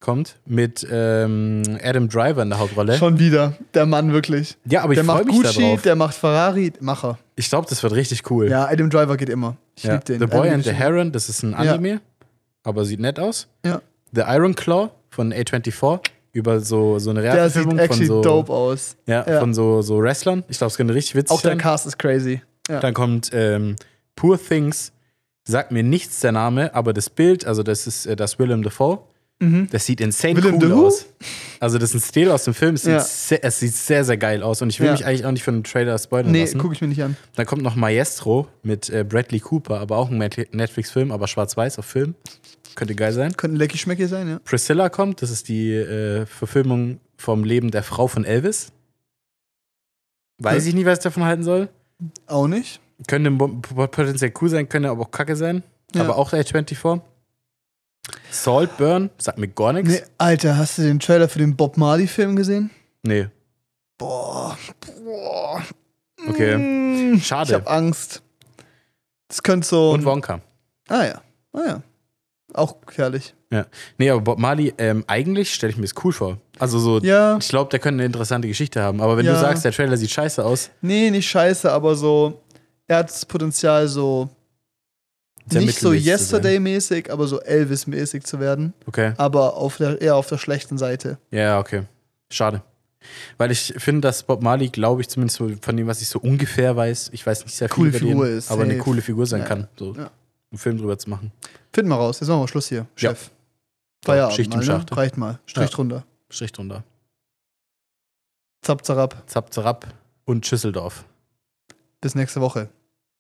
Speaker 1: kommt mit ähm, Adam Driver in der Hauptrolle.
Speaker 2: Schon wieder. Der Mann wirklich.
Speaker 1: Ja, aber Oh, ich
Speaker 2: der
Speaker 1: freue
Speaker 2: macht
Speaker 1: mich
Speaker 2: Gucci,
Speaker 1: darauf.
Speaker 2: der macht Ferrari, Macher.
Speaker 1: Ich glaube, das wird richtig cool.
Speaker 2: Ja, Adam Driver geht immer. Ich
Speaker 1: Ja.
Speaker 2: lieb den.
Speaker 1: The Boy
Speaker 2: Adam
Speaker 1: and the
Speaker 2: Driver.
Speaker 1: Heron, das ist ein
Speaker 2: Ja.
Speaker 1: Anime, aber sieht nett aus.
Speaker 2: Ja.
Speaker 1: The Iron Claw von A24 über so, so eine
Speaker 2: Der sieht
Speaker 1: Realverfilmung von
Speaker 2: actually
Speaker 1: so,
Speaker 2: dope aus.
Speaker 1: ja,
Speaker 2: Ja.
Speaker 1: von so, so Wrestlern. Ich glaube, es könnte richtig witzig
Speaker 2: Auch der
Speaker 1: sein.
Speaker 2: Cast ist crazy. Ja.
Speaker 1: Dann kommt ähm, Poor Things, sagt mir nichts der Name, aber das Bild, also das ist äh, das Willem Dafoe, das sieht insane
Speaker 2: Mhm. Willem
Speaker 1: cool
Speaker 2: Dafoe?
Speaker 1: aus. Also das ist ein Stil aus dem Film, es,
Speaker 2: Ja.
Speaker 1: sieht, sehr, es sieht sehr, sehr geil aus und ich will
Speaker 2: Ja.
Speaker 1: mich eigentlich auch nicht von einem Trailer spoilern
Speaker 2: Nee,
Speaker 1: lassen.
Speaker 2: gucke ich mir nicht an.
Speaker 1: Dann kommt noch Maestro mit äh, Bradley Cooper, aber auch ein Net- Netflix-Film, aber schwarz-weiß auf Film. Könnte geil sein.
Speaker 2: Könnte ein lecky Schmecki sein, ja.
Speaker 1: Priscilla kommt, das ist die äh, Verfilmung vom Leben der Frau von Elvis. Weiß
Speaker 2: Ja.
Speaker 1: ich nicht, was ich davon halten soll.
Speaker 2: Auch nicht.
Speaker 1: Könnte bo- po- potenziell cool sein, könnte aber auch kacke sein.
Speaker 2: Ja.
Speaker 1: Aber auch der 24. Saltburn, sagt mir gar nichts.
Speaker 2: Nee, Alter, hast du den Trailer für den Bob Marley-Film gesehen?
Speaker 1: Nee.
Speaker 2: Boah. Boah.
Speaker 1: Okay.
Speaker 2: Mm. Ich
Speaker 1: Schade.
Speaker 2: hab Angst. Das könnte so.
Speaker 1: Und Wonka.
Speaker 2: ah ja. Ah ja. Auch gefährlich.
Speaker 1: Ja. Nee, aber Bob Marley, ähm, eigentlich stelle ich mir das cool vor. Also so,
Speaker 2: Ja.
Speaker 1: ich glaube, der könnte eine interessante Geschichte haben. Aber wenn
Speaker 2: Ja.
Speaker 1: du sagst, der Trailer sieht scheiße aus,
Speaker 2: Nee, nicht scheiße, aber so, er hat das Potenzial, so
Speaker 1: sehr
Speaker 2: nicht so
Speaker 1: mittelmäßig zu
Speaker 2: Yesterday-mäßig, aber so Elvis-mäßig zu werden.
Speaker 1: sein. Okay.
Speaker 2: Aber auf der, eher auf der schlechten Seite.
Speaker 1: Ja, okay. Schade. Weil ich finde, dass Bob Marley, glaube ich, zumindest so von dem, was ich so ungefähr weiß, ich weiß nicht sehr viel
Speaker 2: Coole
Speaker 1: über den,
Speaker 2: Figur ist,
Speaker 1: aber eine
Speaker 2: safe.
Speaker 1: coole Figur sein
Speaker 2: Ja.
Speaker 1: kann. So,
Speaker 2: Ja.
Speaker 1: einen Film drüber zu machen.
Speaker 2: Finden wir raus. Jetzt machen wir Schluss hier.
Speaker 1: Ja.
Speaker 2: Chef. Feierabend.
Speaker 1: Schicht im
Speaker 2: mal, ne?
Speaker 1: Schacht.
Speaker 2: Reicht mal. Strich
Speaker 1: Ja.
Speaker 2: drunter.
Speaker 1: Strich drunter.
Speaker 2: Zap, zarab.
Speaker 1: Zap, Zarab und Schüsseldorf.
Speaker 2: Bis nächste Woche.